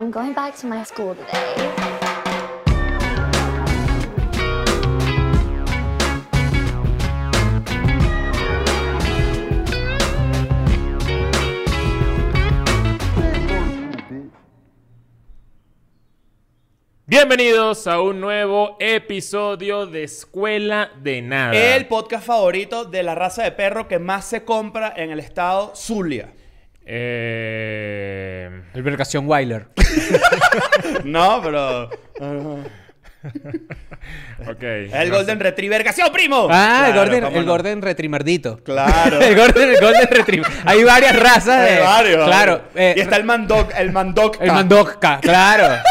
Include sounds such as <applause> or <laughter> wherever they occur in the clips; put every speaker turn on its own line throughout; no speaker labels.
I'm going back to my school today.
Bienvenidos a un nuevo episodio de Escuela de Nada.
El podcast favorito de la raza de perro que más se compra en el estado Zulia.
Eh,
<laughs>
Albergación Weiler.
No, pero.
ok.
El
No
Golden Retriever. ¡Gación, primo!
Ah,
Oh, Claro,
el Gordon,
cómo
el
no.
Gordon Retrimerdito.
Claro.
<laughs> el Gordon, el Gordon Retriever. Hay varias razas de.
Hay varios.
Claro. eh,
y está el Mandoc. El Mandoc.
el Mandokka, claro.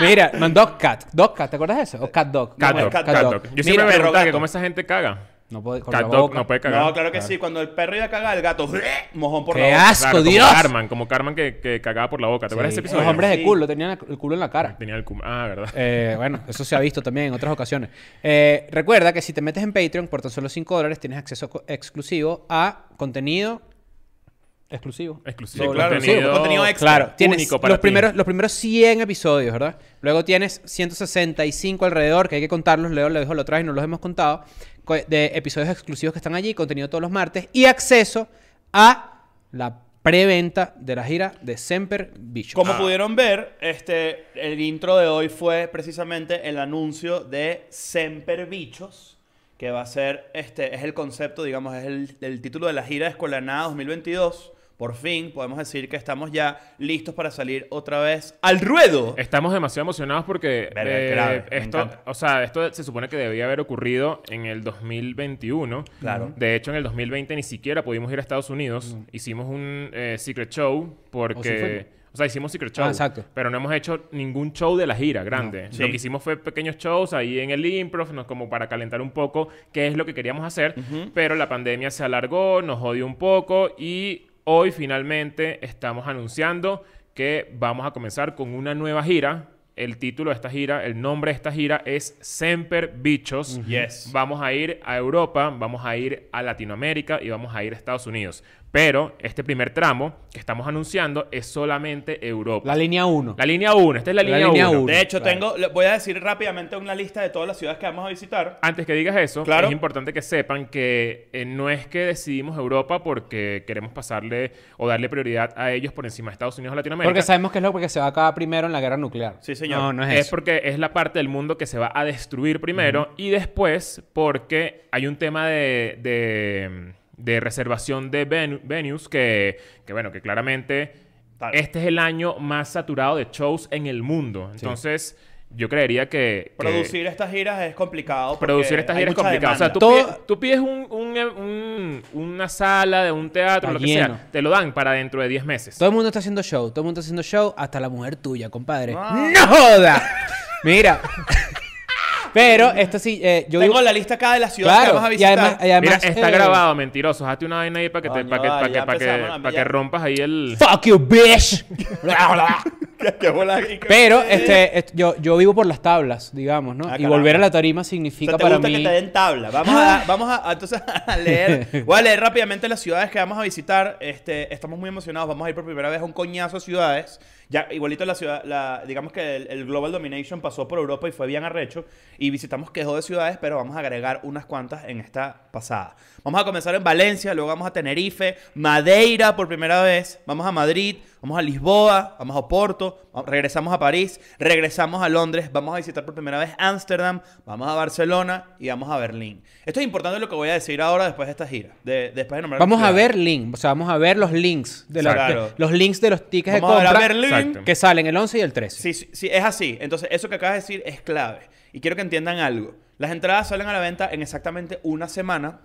Mira, Mandok Cat. Dog Cat, ¿te acuerdas de eso? O Cat Dog.
Cat
No,
dog,
es cat
cat
dog.
dog. Yo
Mira,
siempre me
perro
preguntaba que
gato.
cómo esa gente caga.
No puede. con
Cat
la
dog
boca.
no puede cagar.
No, claro que sí. Cuando el perro iba a cagar, el gato. <laughs> ¡bleh! Mojón por la
¡Qué
boca.
asco,
Claro,
Dios!
Como Carmen, como Carmen que, que cagaba por la boca. ¿Te acuerdas de ese
Sí,
episodio?
Los hombres de
Sí.
culo tenían el culo en la cara.
Tenía el cum. Ah, verdad.
Eh, bueno, eso se ha visto también en otras ocasiones. Eh, recuerda que si te metes en Patreon por tan solo 5 dólares tienes acceso co- exclusivo a contenido exclusivo.
Exclusivo.
Sí, claro, sí,
contenido,
contenido extra.
Claro, tienes
único para
los,
ti.
primeros, los primeros 100 episodios, ¿verdad? Luego tienes 165 alrededor, que hay que contarlos. Leo lo dijo la otra vez y no los hemos contado. co- De episodios exclusivos que están allí, contenido todos los martes y acceso a la preventa de la gira de Semper Bicho.
Como pudieron ver, este, el intro de hoy fue precisamente el anuncio de Semper Bichos, que va a ser, este, es el concepto, digamos, es el, el título de la gira de Escuela de Nada 2022. Por fin podemos decir que estamos ya listos para salir otra vez al ruedo.
Estamos demasiado emocionados porque
Verga,
eh,
qué grave, me
esto,
encanta.
o sea, esto se supone que debía haber ocurrido en el 2021.
Claro. Mm.
De hecho, en el 2020 ni siquiera pudimos ir a Estados Unidos. Hicimos un eh, secret show
Oh,
¿O sí
porque,
fue?
o sea, hicimos secret show,
Ah, exacto.
pero no hemos hecho ningún show de la gira grande.
Sí.
Lo que hicimos fue pequeños shows ahí en el improv, nos- como para calentar un poco qué es lo que queríamos hacer, pero la pandemia se alargó, nos jodió un poco y hoy finalmente estamos anunciando que vamos a comenzar con una nueva gira. El título de esta gira, el nombre de esta gira es Semper Bichos.
Yes.
Vamos a ir a Europa, vamos a ir a Latinoamérica y vamos a ir a Estados Unidos. Pero este primer tramo que estamos anunciando es solamente Europa.
La línea 1.
La línea 1, esta es la,
La
línea
línea
1.
uno.
De hecho,
claro.
tengo, le- voy a decir rápidamente una lista de todas las ciudades que vamos a visitar.
Antes que digas eso,
Claro.
es importante que sepan que eh, no es que decidimos Europa porque queremos pasarle o darle prioridad a ellos por encima de Estados Unidos o Latinoamérica.
Porque sabemos que es lo que se va a acabar primero en la guerra nuclear.
Sí, señor.
No, no es,
es
eso.
porque es la parte del mundo que se va a destruir primero y después porque hay un tema de, de- de reservación de venu- venues que, que, bueno, que claramente
Tal.
este es el año más saturado de shows en el mundo. Entonces, yo creería que... que
Producir estas giras es complicado. porque
Producir estas
hay
giras es
mucha
complicado. O sea, tú,
demanda.
demanda.
pides, tú pides un- un- un- una sala de un teatro,
Está
lo que
lleno.
sea, te lo dan para dentro de 10 meses.
Todo el mundo está haciendo show, todo el mundo está haciendo show, hasta la mujer tuya, compadre.
Ah.
¡No joda! Mira. <laughs> Pero esto sí, eh, yo
Tengo
digo.
la lista acá de las ciudades que
Claro,
vamos a
y
visitar.
además,
<laughs>
y además,
Mira, está
eh,
grabado, mentiroso. Hazte una vaina ahí para que, te,
Coño,
para que, para
vale,
que,
ya
para que-
empezamos,
para que
ya.
rompas ahí el...
Fuck you,
<laughs>
bitch. Bla, bla.
Qué bola, y que-
Pero este, est- yo, yo vivo por las tablas, digamos, ¿no?
Ah,
y
caramba.
volver a la tarima
O
significa
sea, te
para
gusta
mí. Ah.
que te den tabla. Vamos a, vamos a, a- entonces, a
<laughs>
leer. Voy a leer rápidamente las ciudades que vamos a visitar. Este, estamos muy emocionados. Vamos a ir por primera vez a un coñazo de ciudades. Ya, igualito la ciudad, la, digamos que el, el Global Domination pasó por Europa y fue bien arrecho. Y visitamos quejo de ciudades, pero vamos a agregar unas cuantas en esta pasada. Vamos a comenzar en Valencia, luego vamos a Tenerife, Madeira por primera vez, vamos a Madrid, vamos a Lisboa, vamos a Oporto, va- regresamos a París, regresamos a Londres, vamos a visitar por primera vez Ámsterdam, vamos a Barcelona y vamos a Berlín. Esto es importante lo que voy a decir ahora después de esta gira, de- después de nombrar
Vamos a
las
ver link, o sea, vamos a ver los links de, la-
Claro.
de- los links de los tickets
ciudades. Vamos a ver a
de compra
Berlín.
Exacto.
que salen el 11 y el 13.
Sí, sí, sí, es así. Entonces, eso que acabas de decir es clave. Y quiero que entiendan algo. Las entradas salen a la venta en exactamente una semana.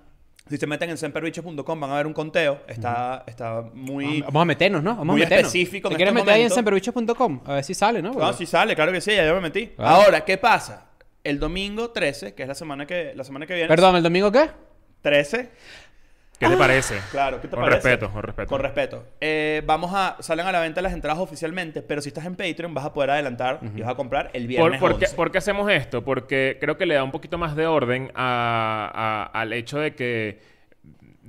Si se meten en semperbichos.com van a ver un conteo. Está, está muy...
Ah, Vamos a meternos, ¿no? Vamos
muy
a meternos.
específico en
¿Te quieres
este
meter ahí en
momento.
semperbichos.com? A ver si sale, ¿no?
No, Ah, sí sale, claro que sí, ya yo me metí.
Ah.
Ahora, ¿qué pasa? El domingo 13, que es la semana que, la semana que viene...
Perdón, ¿el domingo qué?
13,
¿Qué te parece?
Claro, ¿qué te
Con
parece?
respeto, con respeto.
Con respeto. Eh, vamos a... Salen a la venta las entradas oficialmente, pero si estás en Patreon vas a poder adelantar y vas a comprar el
¿Por,
viernes
por qué,
11.
por qué hacemos esto? Porque creo que le da un poquito más de orden a- a- al hecho de que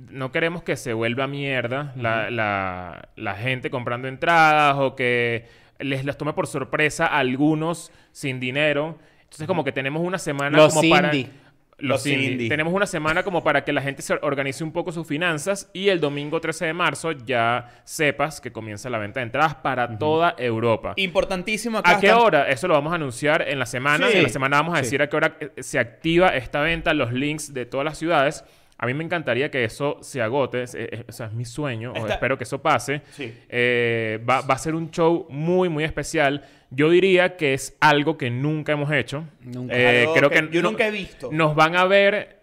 no queremos que se vuelva mierda la, la- la gente comprando entradas o que les los toma por sorpresa a algunos sin dinero. Entonces, como que tenemos una semana
Los
como para.
indie.
Los
Los
indie.
indie.
Tenemos una semana como para que la gente se organice un poco sus finanzas y el domingo 13 de marzo ya sepas que comienza la venta de entradas para toda Europa.
Importantísimo acá.
¿A qué
están-
hora? Eso lo vamos a anunciar en la semana.
Sí.
En la semana vamos a
Sí.
decir a qué hora eh, se activa esta venta, los links de todas las ciudades. A mí me encantaría que eso se agote. Es, es- o sea, es mi sueño. o
Está-
espero que eso pase.
Sí.
Eh, va, va a ser un show muy, muy especial. Yo diría que es algo que nunca hemos hecho.
Nunca.
Eh,
Algo
creo que,
que yo
no-
nunca he visto.
Nos van a ver.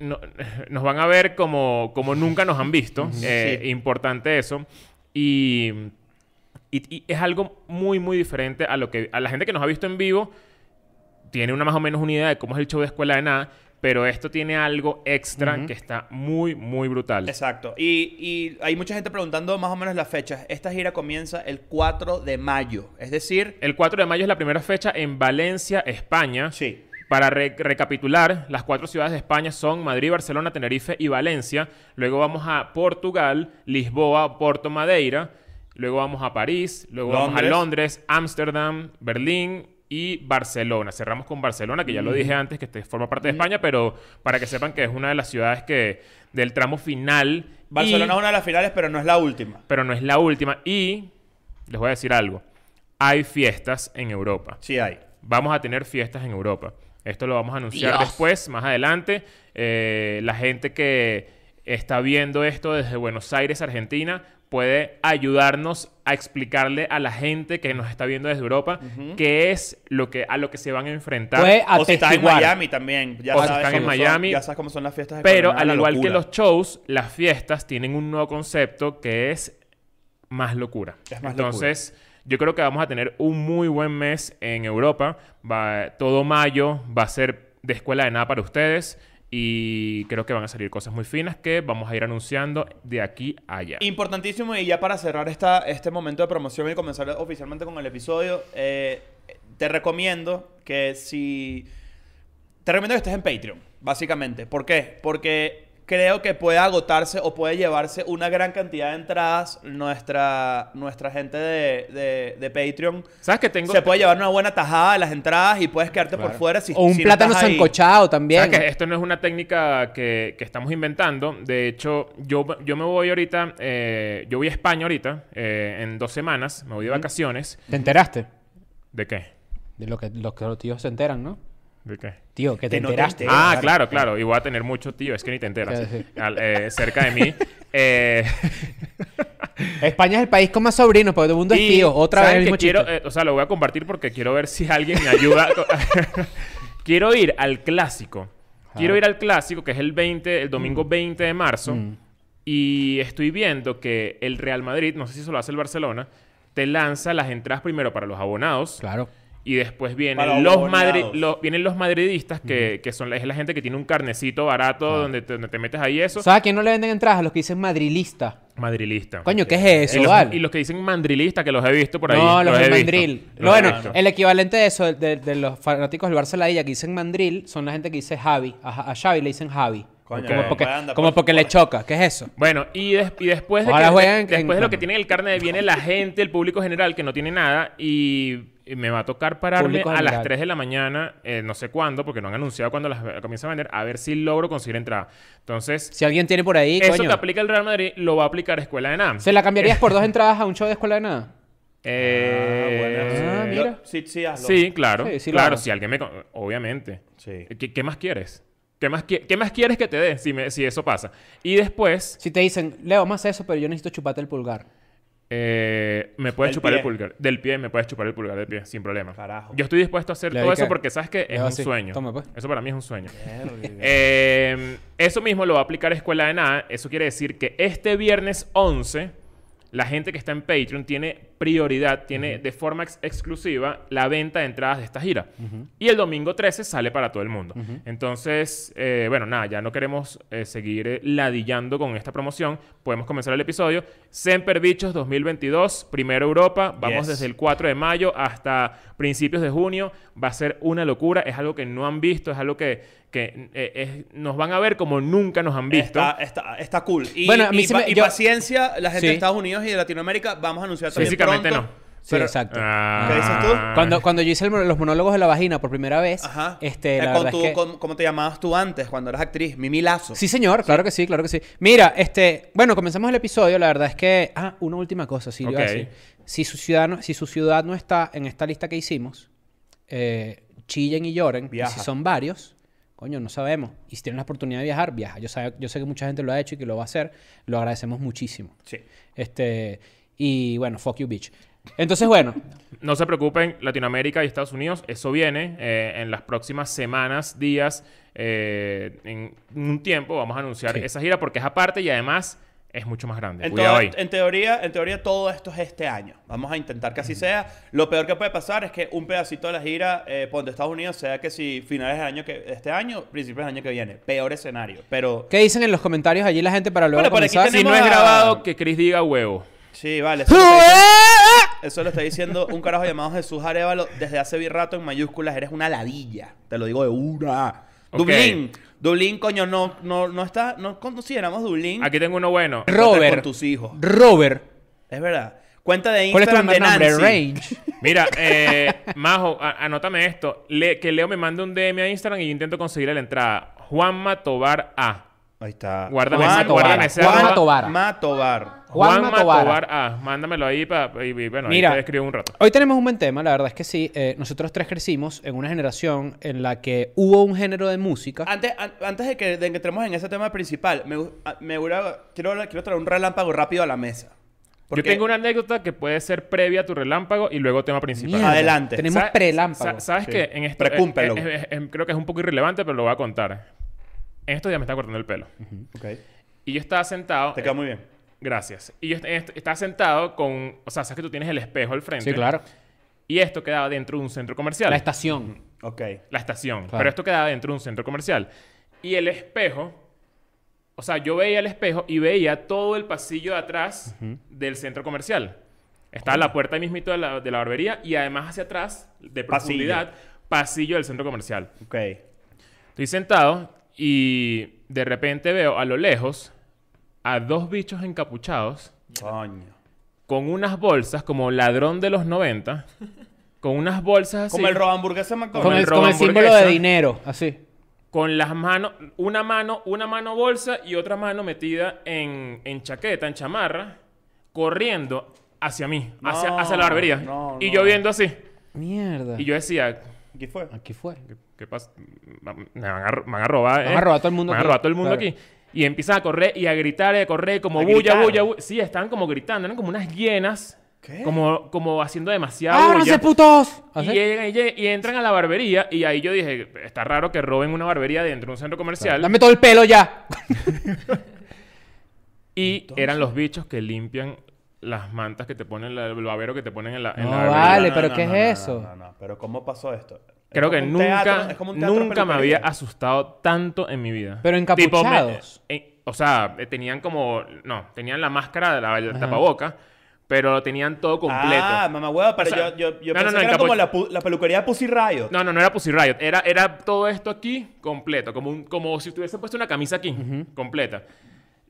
no- <laughs> nos van a ver como, como nunca nos han visto. Eh,
Sí.
Importante eso. Y y, y es algo muy, muy diferente a lo que... A la gente que nos ha visto en vivo tiene una más o menos una idea de cómo es el show de Escuela de Nada, pero esto tiene algo extra que está muy, muy brutal.
Exacto. Y, y hay mucha gente preguntando más o menos las fechas. Esta gira comienza el 4 de mayo. Es decir,
El 4 de mayo es la primera fecha en Valencia, España.
sí.
Para re- recapitular, las cuatro ciudades de España son Madrid, Barcelona, Tenerife y Valencia. Luego vamos a Portugal, Lisboa, Porto Madeira. Luego vamos a París. Luego vamos a
Londres.
Londres, Ámsterdam, Berlín y Barcelona. Cerramos con Barcelona, que ya lo dije antes, que este- forma parte de España, pero para que sepan que es una de las ciudades que del tramo final. y-
Barcelona es una de las finales, pero no es la última.
pero no es la última. Y les voy a decir algo. Hay fiestas en Europa
Sí hay.
vamos a tener fiestas en Europa. Esto lo vamos a anunciar después, más adelante. Eh, la gente que está viendo esto desde Buenos Aires, Argentina, puede ayudarnos a explicarle a la gente que nos está viendo desde Europa qué es lo que, a lo que se van a enfrentar.
Fue
o si estás en
atestiguar.
Miami también. Ya
O si
sabes
están en
cómo son-
Miami.
ya sabes cómo son las fiestas. de
Pero
Coronado,
al
la
igual que
locura.
los shows, las fiestas tienen un nuevo concepto que es más locura.
Es más
Entonces, yo creo que vamos a tener un muy buen mes en Europa. Va, todo mayo va a ser de escuela de nada para ustedes. Y creo que van a salir cosas muy finas que vamos a ir anunciando de aquí a allá.
Importantísimo, y ya para cerrar esta, este momento de promoción y comenzar oficialmente con el episodio, eh, te recomiendo que si... Te recomiendo que estés en Patreon, básicamente. ¿Por qué? Porque creo que puede agotarse o puede llevarse una gran cantidad de entradas nuestra, nuestra gente de, de- de Patreon.
¿Sabes que tengo?
Se puede llevar una buena tajada de las entradas y puedes quedarte por
Claro.
fuera si
O un
si no
plátano
estás ahí.
sancochado también.
¿Sabes que esto no es una técnica que, que estamos inventando. De hecho, yo, yo me voy ahorita, eh, yo voy a España ahorita, eh, en dos semanas, me voy de vacaciones.
¿Te enteraste?
¿De qué?
De lo que, lo que los tíos se enteran, ¿no?
¿De qué?
Tío, que te
Que no te
enteraste.
enteras.
Ah, claro, claro. Y voy a tener mucho, tío. Es que ni te enteras.
Sí,
Al- eh, cerca de
<laughs>
mí. Eh,
España es el país con más sobrinos, porque todo el mundo es
y
tío. Otra vez
¿saben
el
qué
mismo
quiero,
chiste.
eh, O sea, lo voy a compartir porque quiero ver si alguien me ayuda. con- <laughs> quiero ir al clásico. Quiero ir al clásico, que es el 20, el domingo
Mm.
20 de marzo. Y estoy viendo que el Real Madrid, no sé si eso lo hace el Barcelona, te lanza las entradas primero para los abonados.
Claro.
Y después
Para
vienen los,
abonados.
madri- los- vienen los madridistas, que, que son, la- es la gente que tiene un carnecito barato donde, te, donde te metes ahí eso.
¿Sabes a quién no le venden entradas? A los que dicen madrilista.
Madrilista.
Coño, ¿qué es
y,
eso,
Eh, los,
vale?
y los que dicen mandrilista, que los he visto por ahí.
No, los,
he
de
visto.
mandril.
Los he
bueno,
visto.
el equivalente de eso, de, de- de los fanáticos del Barcelona que dicen mandril, son la gente que dice Javi. A, Ja- a Xavi le dicen Javi.
Coño, eh,
como
ok.
porque,
anda, pues,
como
por
porque le
favor.
choca. ¿Qué es eso?
Bueno, y, des- y después de,
Ahora
que-
juegan en-
después de lo que
en-
tienen el carne viene
<laughs>
la gente, el público general, que no tiene nada, y, y me va a tocar pararme
Público
a las
general.
3 de la mañana, eh, no sé cuándo, porque no han anunciado cuándo las comienza a vender, a ver si logro conseguir entrada. Entonces,
Si alguien tiene por ahí,
eso
coño.
que aplica el Real Madrid lo va a aplicar Escuela de Nada.
¿Se la cambiarías
<laughs>
por dos entradas a un show de escuela de nada?
Eh,
Ah,
Yo-
bueno, mira.
Sí, sí, hazlo.
Sí, claro.
Sí, sí lo
claro,
hago.
si alguien me... con- Obviamente.
Sí.
¿Qué, qué más quieres? ¿Qué más, qui- qué más quieres que te dé si, me- si eso pasa? Y después,
Si te dicen, Leo, más eso, pero yo necesito chuparte el pulgar.
eh, me puedes
Del
chupar el
pie.
pulgar. Del pie, me puedes chupar el pulgar del pie, sin problema.
Carajo.
Yo estoy dispuesto a hacer
Le
todo
doy
eso
que-
porque sabes que es
doy
un
así.
sueño.
Toma, pues.
Eso para mí es un sueño. <laughs> Eh, eso mismo lo va a aplicar Escuela de Nada. Eso quiere decir que este viernes 11, la gente que está en Patreon tiene prioridad, tiene de forma ex- exclusiva la venta de entradas de esta gira. Y el domingo 13 sale para todo el mundo. Entonces, eh, bueno, nada, ya no queremos eh, seguir eh, ladillando con esta promoción. Podemos comenzar el episodio. Semper Bichos 2022, primero Europa. Vamos
Yes.
desde el 4 de mayo hasta principios de junio. Va a ser una locura. Es algo que no han visto. Es algo que, que, eh, es- nos van a ver como nunca nos han visto.
Está, está, está cool. Y,
Bueno, a mí
y
se
pa-
me-
y
yo-
paciencia, la gente
Sí.
de Estados Unidos y de Latinoamérica, vamos a anunciar también
Físicamente
pronto.
no.
Sí,
Pero-
exacto.
Ah.
¿Qué dices tú?
Cuando, cuando yo hice el mon- los monólogos de la vagina por primera vez,
Ajá.
este,
Eh,
la
con
verdad
tu-
es que...
con- ¿Cómo te llamabas tú antes cuando eras actriz? Mimi Lazo.
Sí, señor, claro que sí, claro que sí. Mira, este, bueno, comenzamos el episodio, la verdad es que, ah, una última cosa, sí, yo iba a
Ok.
decir. si su ciudad no, si su ciudad no está en esta lista que hicimos, eh, chillen y lloren, y
Viaja.
si son varios, coño, no sabemos, y si tienen la oportunidad de viajar, viaja. Yo, sabe- yo sé que mucha gente lo ha hecho y que lo va a hacer, lo agradecemos muchísimo.
Sí.
Este, y bueno, fuck you bitch. Entonces, bueno,
No se preocupen, Latinoamérica y Estados Unidos, eso viene eh, en las próximas semanas, días, eh, en un tiempo vamos a anunciar
Sí.
esa gira porque es aparte y además es mucho más grande.
En,
Cuidado
todo-
ahí.
en teoría, en teoría, todo esto es este año. Vamos a intentar que así sea. Lo peor que puede pasar es que un pedacito de la gira eh, por donde Estados Unidos sea que si finales del año que este año, principios del año que viene. Peor escenario. Pero
¿qué dicen en los comentarios allí la gente para luego
Bueno, por aquí
comenzar?
Si no
tenemos
es
a-
grabado, que Chris diga huevo.
sí, vale. Eso lo, está dici- eso lo está diciendo un carajo llamado Jesús Arevalo desde hace bien rato en mayúsculas. Eres una ladilla. Te lo digo de una.
Ok.
Dublín. Dublín, coño, no, no, no está. No consideramos Dublín.
Aquí tengo uno bueno.
Robert.
Con tus hijos.
Robert,
Es verdad. Cuenta de
¿cuál es tu
Instagram
nombre?
de Nancy.
Range.
Mira, eh, Majo, a- anótame esto. Le- que Leo me mande un DM a Instagram y yo intento conseguirle la entrada. Juanma Tobar A.
Ahí está.
Guárdame
ese- guárdame ese arroba.
Matobar.
Matovara. Juanma Tobar.
A. Mándamelo ahí para... Y, y bueno,
Mira.
ahí te escribo un rato.
Hoy tenemos un buen tema, la verdad es que sí. Eh, nosotros tres crecimos en una generación en la que hubo un género de música.
Antes, an- antes de, que, de que entremos en ese tema principal, me, gu- a- me hubiera- quiero, hablar- quiero traer un relámpago rápido a la mesa.
Yo tengo una anécdota que puede ser previa a tu relámpago y luego tema principal.
Mierda,
adelante.
Tenemos
Sa- sa-
prelámpago.
¿Sabes
Sí.
qué? En esto,
Precúmpelo.
eh, eh, eh, creo que es un poco irrelevante, pero lo voy a contar. En estos días me está cortando el pelo.
Ok.
Y yo estaba sentado.
Te queda muy bien.
Gracias. Y yo est- est- estaba sentado con. O sea, sabes que tú tienes el espejo al frente.
Sí, claro.
Y esto quedaba dentro de un centro comercial.
La estación.
Ok.
La estación.
Claro.
Pero esto quedaba dentro de un centro comercial. Y el espejo. O sea, yo veía el espejo y veía todo el pasillo de atrás del centro comercial. Estaba la puerta ahí mismito de la, de la barbería y además hacia atrás, de profundidad, pasillo del centro comercial.
Ok.
Estoy sentado y de repente veo a lo lejos a dos bichos encapuchados
Coño.
con unas bolsas como ladrón de los 90, con unas bolsas así,
Como el robo hamburguesa de
Con
Con
el
el,
McDonald's.
con el
robo
símbolo
hamburguesa.
de dinero, así.
con las manos, una mano, una mano bolsa y otra mano metida en, en chaqueta, en chamarra, corriendo hacia mí, hacia,
No,
hacia la barbería.
no,
y
no.
yo viendo así.
Mierda.
Y yo decía,
¿Qué fue?
Aquí fue.
¿Qué- ¿Qué pasa? Va- Me van a, ro- me van a robar.
Van
eh.
a robar todo el mundo
Me van a
aquí.
robar todo el mundo
Claro.
aquí. Y empiezan a correr y a gritar y a correr como
A
bulla,
gritar.
bulla, bulla. Sí, estaban como gritando, eran como unas hienas.
¿Qué?
Como, como haciendo demasiado
¡Ábranse,
bulla.
Ah, putos!
Y
Así.
llegan y llegan y entran a la barbería. Y ahí yo dije, está raro que roben una barbería dentro de un centro comercial.
Dame todo el pelo ya.
Y eran los bichos que limpian las mantas que te ponen, la- el babero que te ponen en la, en
No,
la barbería.
vale, pero ¿qué es eso?
No, no, no. Pero ¿cómo pasó esto? Es
Creo
como
que
un
nunca,
teatro- es como un teatro
nunca me había
peluquería.
asustado tanto en mi vida.
Pero
Tipo, me-
encapuchados.
eh, o sea, eh, tenían como... No, tenían la máscara de la, el
Ajá.
tapaboca, pero lo tenían todo completo.
Ah, mamá hueva, pero
O sea,
yo, yo, yo
no, no,
pensé
no,
que era
encapu-
como la, pu- la peluquería de Pussy Riot.
No, no, no era Pussy Riot. Era, era todo esto aquí completo. Como, un- como si tuviese puesto una camisa aquí, completa.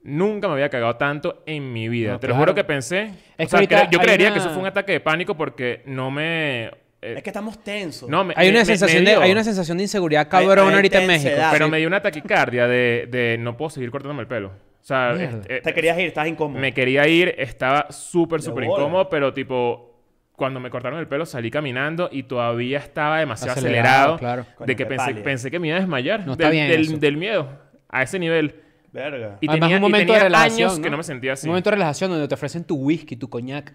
Nunca me había cagado tanto en mi vida.
No,
Te lo
claro.
juro que pensé.
Es
o sea,
que ahorita
cre- yo
hay
creería
una-
que eso fue un ataque de pánico porque no me. eh,
Es que estamos tensos.
no, me-
Hay
me-
una,
me- me
sensación de,
dio,
hay una sensación de inseguridad
Hay-
cabrón
hay
ahorita en México.
intensidad.
Pero
sí.
me dio una taquicardia de, de no puedo seguir cortándome el pelo. O sea,
Mierda.
este, eh,
Te querías ir, estás incómodo.
me quería ir, estaba súper,
De
súper
bola.
incómodo, pero tipo. Cuando me cortaron el pelo salí caminando y todavía estaba demasiado acelerado,
Acelerado, claro.
de
Coño,
que
qué
pensé,
pálido.
pensé que me iba a desmayar
No está
del,
bien
del-
eso.
del miedo a ese nivel.
Verga.
Y
Además,
tenía,
un momento
y tenía
de relajación.
años que no me sentía así.
Un momento de relajación donde te ofrecen tu whisky, tu coñac.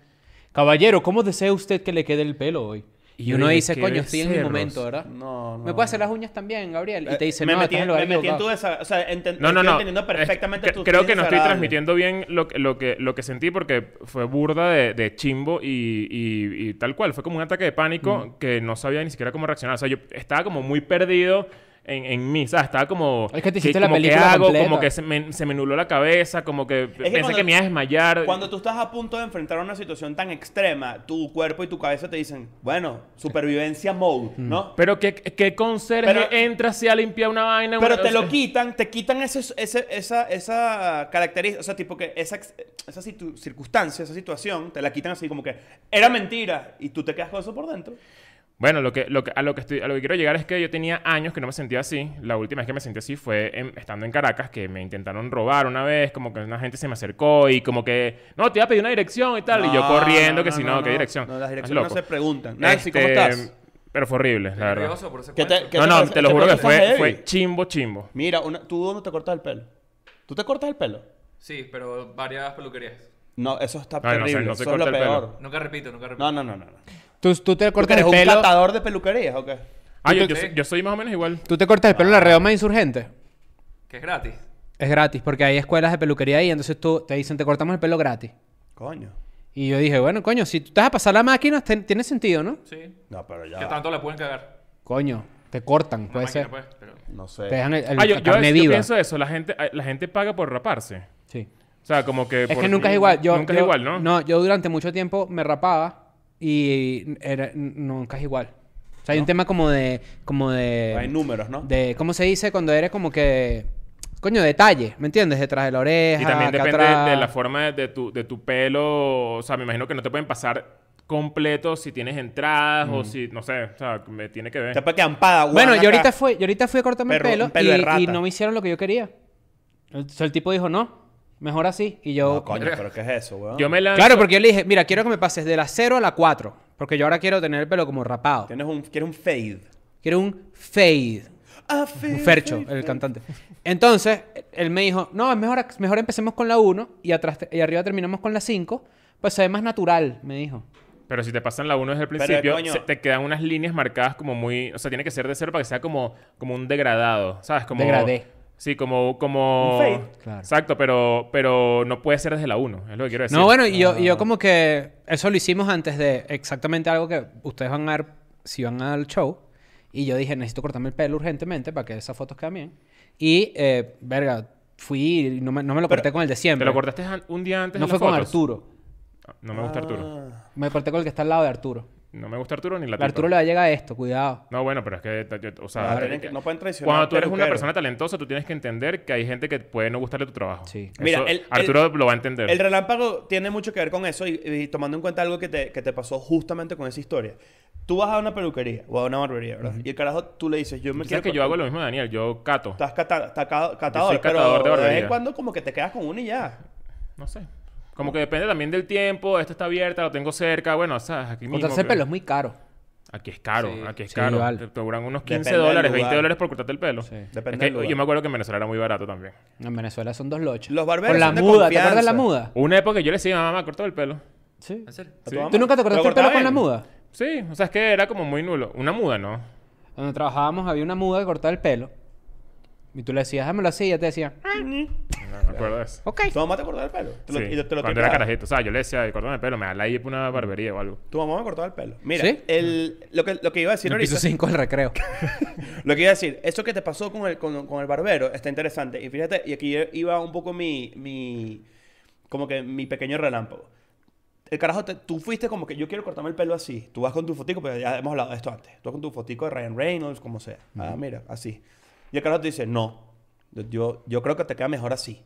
Caballero, ¿cómo desea usted que le quede el pelo hoy?
Y
Y,
yo
uno
dije,
dice,
qué
coño, estoy en mi
becerros.
momento, ¿verdad?
No, no.
¿Me puedes hacer las uñas también, Gabriel? Y
Eh,
te dicen,
me
no,
metí,
estás en
me
lugar
metí en
equivocado".
tu desa- O sea, enten-
No, no,
estoy
no.
entendiendo perfectamente
Es-
tu
cre- creo que no estoy
desagradable.
transmitiendo bien lo, que- lo, que, lo que sentí porque fue burda de, de chimbo y, y-
Mm.
y tal cual. Fue como un ataque de pánico que no sabía ni siquiera cómo reaccionar. O sea, yo estaba como muy perdido en, en mí. O sea, estaba como.
Es que te
¿qué-
hiciste la
como qué
película
hago?
completa.
Como que se me, se me nubló la cabeza, como que pensé
cuando-
que me iba a desmayar.
Cuando tú estás a punto de enfrentar una situación tan extrema, tu cuerpo y tu cabeza te dicen, bueno, supervivencia mode,
Mm.
¿no?
Pero qué, qué conserje
Pero-
entra así a limpiar una vaina.
Pero
una-
te
o
lo
sea,
quitan, te quitan ese- ese- esa, esa característica, o sea, tipo que esa, ex- esa situ- circunstancia, esa situación, te la quitan así como que era mentira y tú te quedas con eso por dentro.
Bueno, lo que, lo que- a, lo que estoy, a lo que quiero llegar es que yo tenía años que no me sentía así. La última vez que me sentí así fue en- estando en Caracas, que me intentaron robar una vez, como que una gente se me acercó y como que, no, te iba a pedir una dirección y tal. y yo
No,
corriendo,
no,
que si no, ¿qué dirección?
No,
Estás
las direcciones no
loco.
se preguntan. Nancy, ¿cómo
Este,
estás?
Pero fue horrible, la verdad.
nervioso por ese
¿Qué te-
cuento.
qué-
No, no,
parece-
te lo
te
juro que
parece
fue,
heavy?
fue chimbo, chimbo.
Mira, una, ¿tú dónde te cortas el pelo? ¿Tú te cortas el pelo?
Sí, pero varias peluquerías.
No, eso está
No, no se-
terrible.
no se
eso es lo
corta el pelo.
peor.
Nunca repito, nunca repito.
No, no, no, no. no.
Tú, tú te
¿Tú que
cortas
eres
el
un
pelo.
catador de peluquerías o qué?
Ah, yo,
te-
yo soy- yo soy más o menos igual.
Tú te cortas el pelo en la
Ah.
redoma insurgente.
Que es gratis.
Es gratis, porque hay escuelas de peluquería ahí, entonces tú te dicen, te cortamos el pelo gratis.
Coño.
Y yo dije, bueno, coño, si tú te vas a pasar la máquina, ten- tiene sentido, ¿no?
Sí.
No, pero
Que
ya.
tanto la pueden cagar.
Coño, te cortan,
Una
puede
máquina,
ser.
pues, pero-
No sé.
Te dejan el, el-
Ah, yo,
la
yo-
carne
yo
viva.
pienso eso. La gente, ah, la gente paga por raparse.
Sí.
O sea, como que...
Es
por-
que nunca es igual. Yo,
nunca
yo-
es igual, ¿no?
No, yo durante mucho tiempo me rapaba y era- n- nunca es igual. O sea, hay un tema como de... Como de
Hay números, ¿no?
de ¿Cómo se dice cuando eres como que... Coño, detalle, ¿me entiendes? Detrás de la oreja,
Y también
acá
depende
atrás.
de la forma de, de tu, de tu pelo. O sea, me imagino que no te pueden pasar completo si tienes entradas o si... No sé, o sea, me tiene que ver.
Te quedan padawan
Bueno, yo
acá.
ahorita fui, yo ahorita fui a cortarme
Perro,
el pelo,
un pelo de
y- y,
rata.
no me hicieron lo que yo quería. El, o sea, el tipo dijo, no, mejor así. Y yo...
No, coño, pero ¿qué es eso, weón?
Yo me lanzo...
claro, porque yo le dije, mira, quiero que me pases de la 0 a la 4. Porque yo ahora quiero tener el pelo como rapado.
Tienes un, quieres un fade.
Quiero un fade. Un Fercho, el cantante. Entonces, él me dijo, no, es mejor, mejor empecemos con la 1 y, atrás te- y arriba terminamos con la 5. Pues se ve más natural, me dijo.
Pero si te pasan la 1 desde el principio,
coño.
se- te quedan unas líneas marcadas como muy... O sea, tiene que ser de cero para que sea como, como un degradado, ¿sabes? Como,
Degradé.
Sí, como... como...
Un fade.
Claro.
Exacto, pero, pero no puede ser desde la 1, es lo que quiero decir.
No, bueno, y yo, y
Ah.
yo como que eso lo hicimos antes de exactamente algo que ustedes van a ver si van al show. Y yo dije, necesito cortarme el pelo urgentemente para que esas fotos queden bien. Y, eh, verga, fui y no me, no me lo corté con el de
¿Te
siempre.
lo cortaste an- un día antes
No
de
fue
las
con
fotos?
Arturo.
Ah, No me gusta Arturo.
Me corté con el que está al lado de Arturo.
No me gusta Arturo ni la
A
tipa.
Arturo le va a llegar esto, cuidado.
No, bueno, pero es que... ta- yo- O sea,
Ah,
te-
tienen que- no pueden traicionar
Cuando tú eres una
peluquero.
persona talentosa, tú tienes que entender que hay gente que puede no gustarle tu trabajo.
Sí.
Eso
Mira, el- el-
Arturo lo va a entender.
El relámpago tiene mucho que ver con eso y, y tomando en cuenta algo que te, que te pasó justamente con esa historia. Tú vas a una peluquería o a una barbería, ¿verdad? Y el carajo tú le dices, yo me
Tú sabes que yo hago lo mismo, Daniel. Yo cato.
Estás cata- está ca- catador,
soy catador de
pero de, vez
barbería.
en cuando como que te quedas con una y ya.
No sé. Como que depende también del tiempo. Esta está abierta, lo tengo cerca. Bueno, o sea, aquí mismo.
Cortarse el
pero-
pelo es muy caro.
Aquí es caro,
Sí.
aquí es
Sí,
caro.
vale.
Te, te cobran unos 15
Depende del
dólares, 20
lugar.
dólares por cortarte el pelo.
Sí.
Es
Depende
que
del lugar.
Yo me acuerdo que en Venezuela era muy barato también.
En Venezuela son dos lochas.
Los barberos
Con la
son de
muda, ¿te acuerdas de la
confianza.
muda?
Una época yo le decía a mamá, cortó el pelo.
Sí.
¿En serio?
¿A
Sí.
tu mamá?
¿Tú nunca te cortaste el
cortaba
pelo con la
él?
muda?
Sí, o sea, es que era como muy nulo. Una muda, ¿no?
Donde trabajábamos había una muda que cortaba el pelo. Y tú le decías, dámelo así, y ella te decía, "Ah,
No me acuerdo de eso.
ok.
¿Tu mamá te cortaba el pelo? Te lo-
Sí,
y te lo
Cuando era
tripeaba.
carajito. O sea, yo le decía, cortame el pelo, me da la ir por una barbería o algo.
Tu mamá me cortaba el pelo. Mira,
¿Sí?
el, lo, que, lo que iba a decir
En el
ahorita...
piso 5 del recreo.
Lo que iba a decir, eso que te pasó con el, con, con el barbero está interesante. Y fíjate, y aquí iba un poco mi, mi como que mi pequeño relámpago. El carajo, te- tú fuiste como que yo quiero cortarme el pelo así. Tú vas con tu fotico, pero ya hemos hablado de esto antes. Tú vas con tu fotico de Ryan Reynolds, como sea. Ah, mira, así. Y el carajo te dice, no, yo- yo, yo creo que te queda mejor así.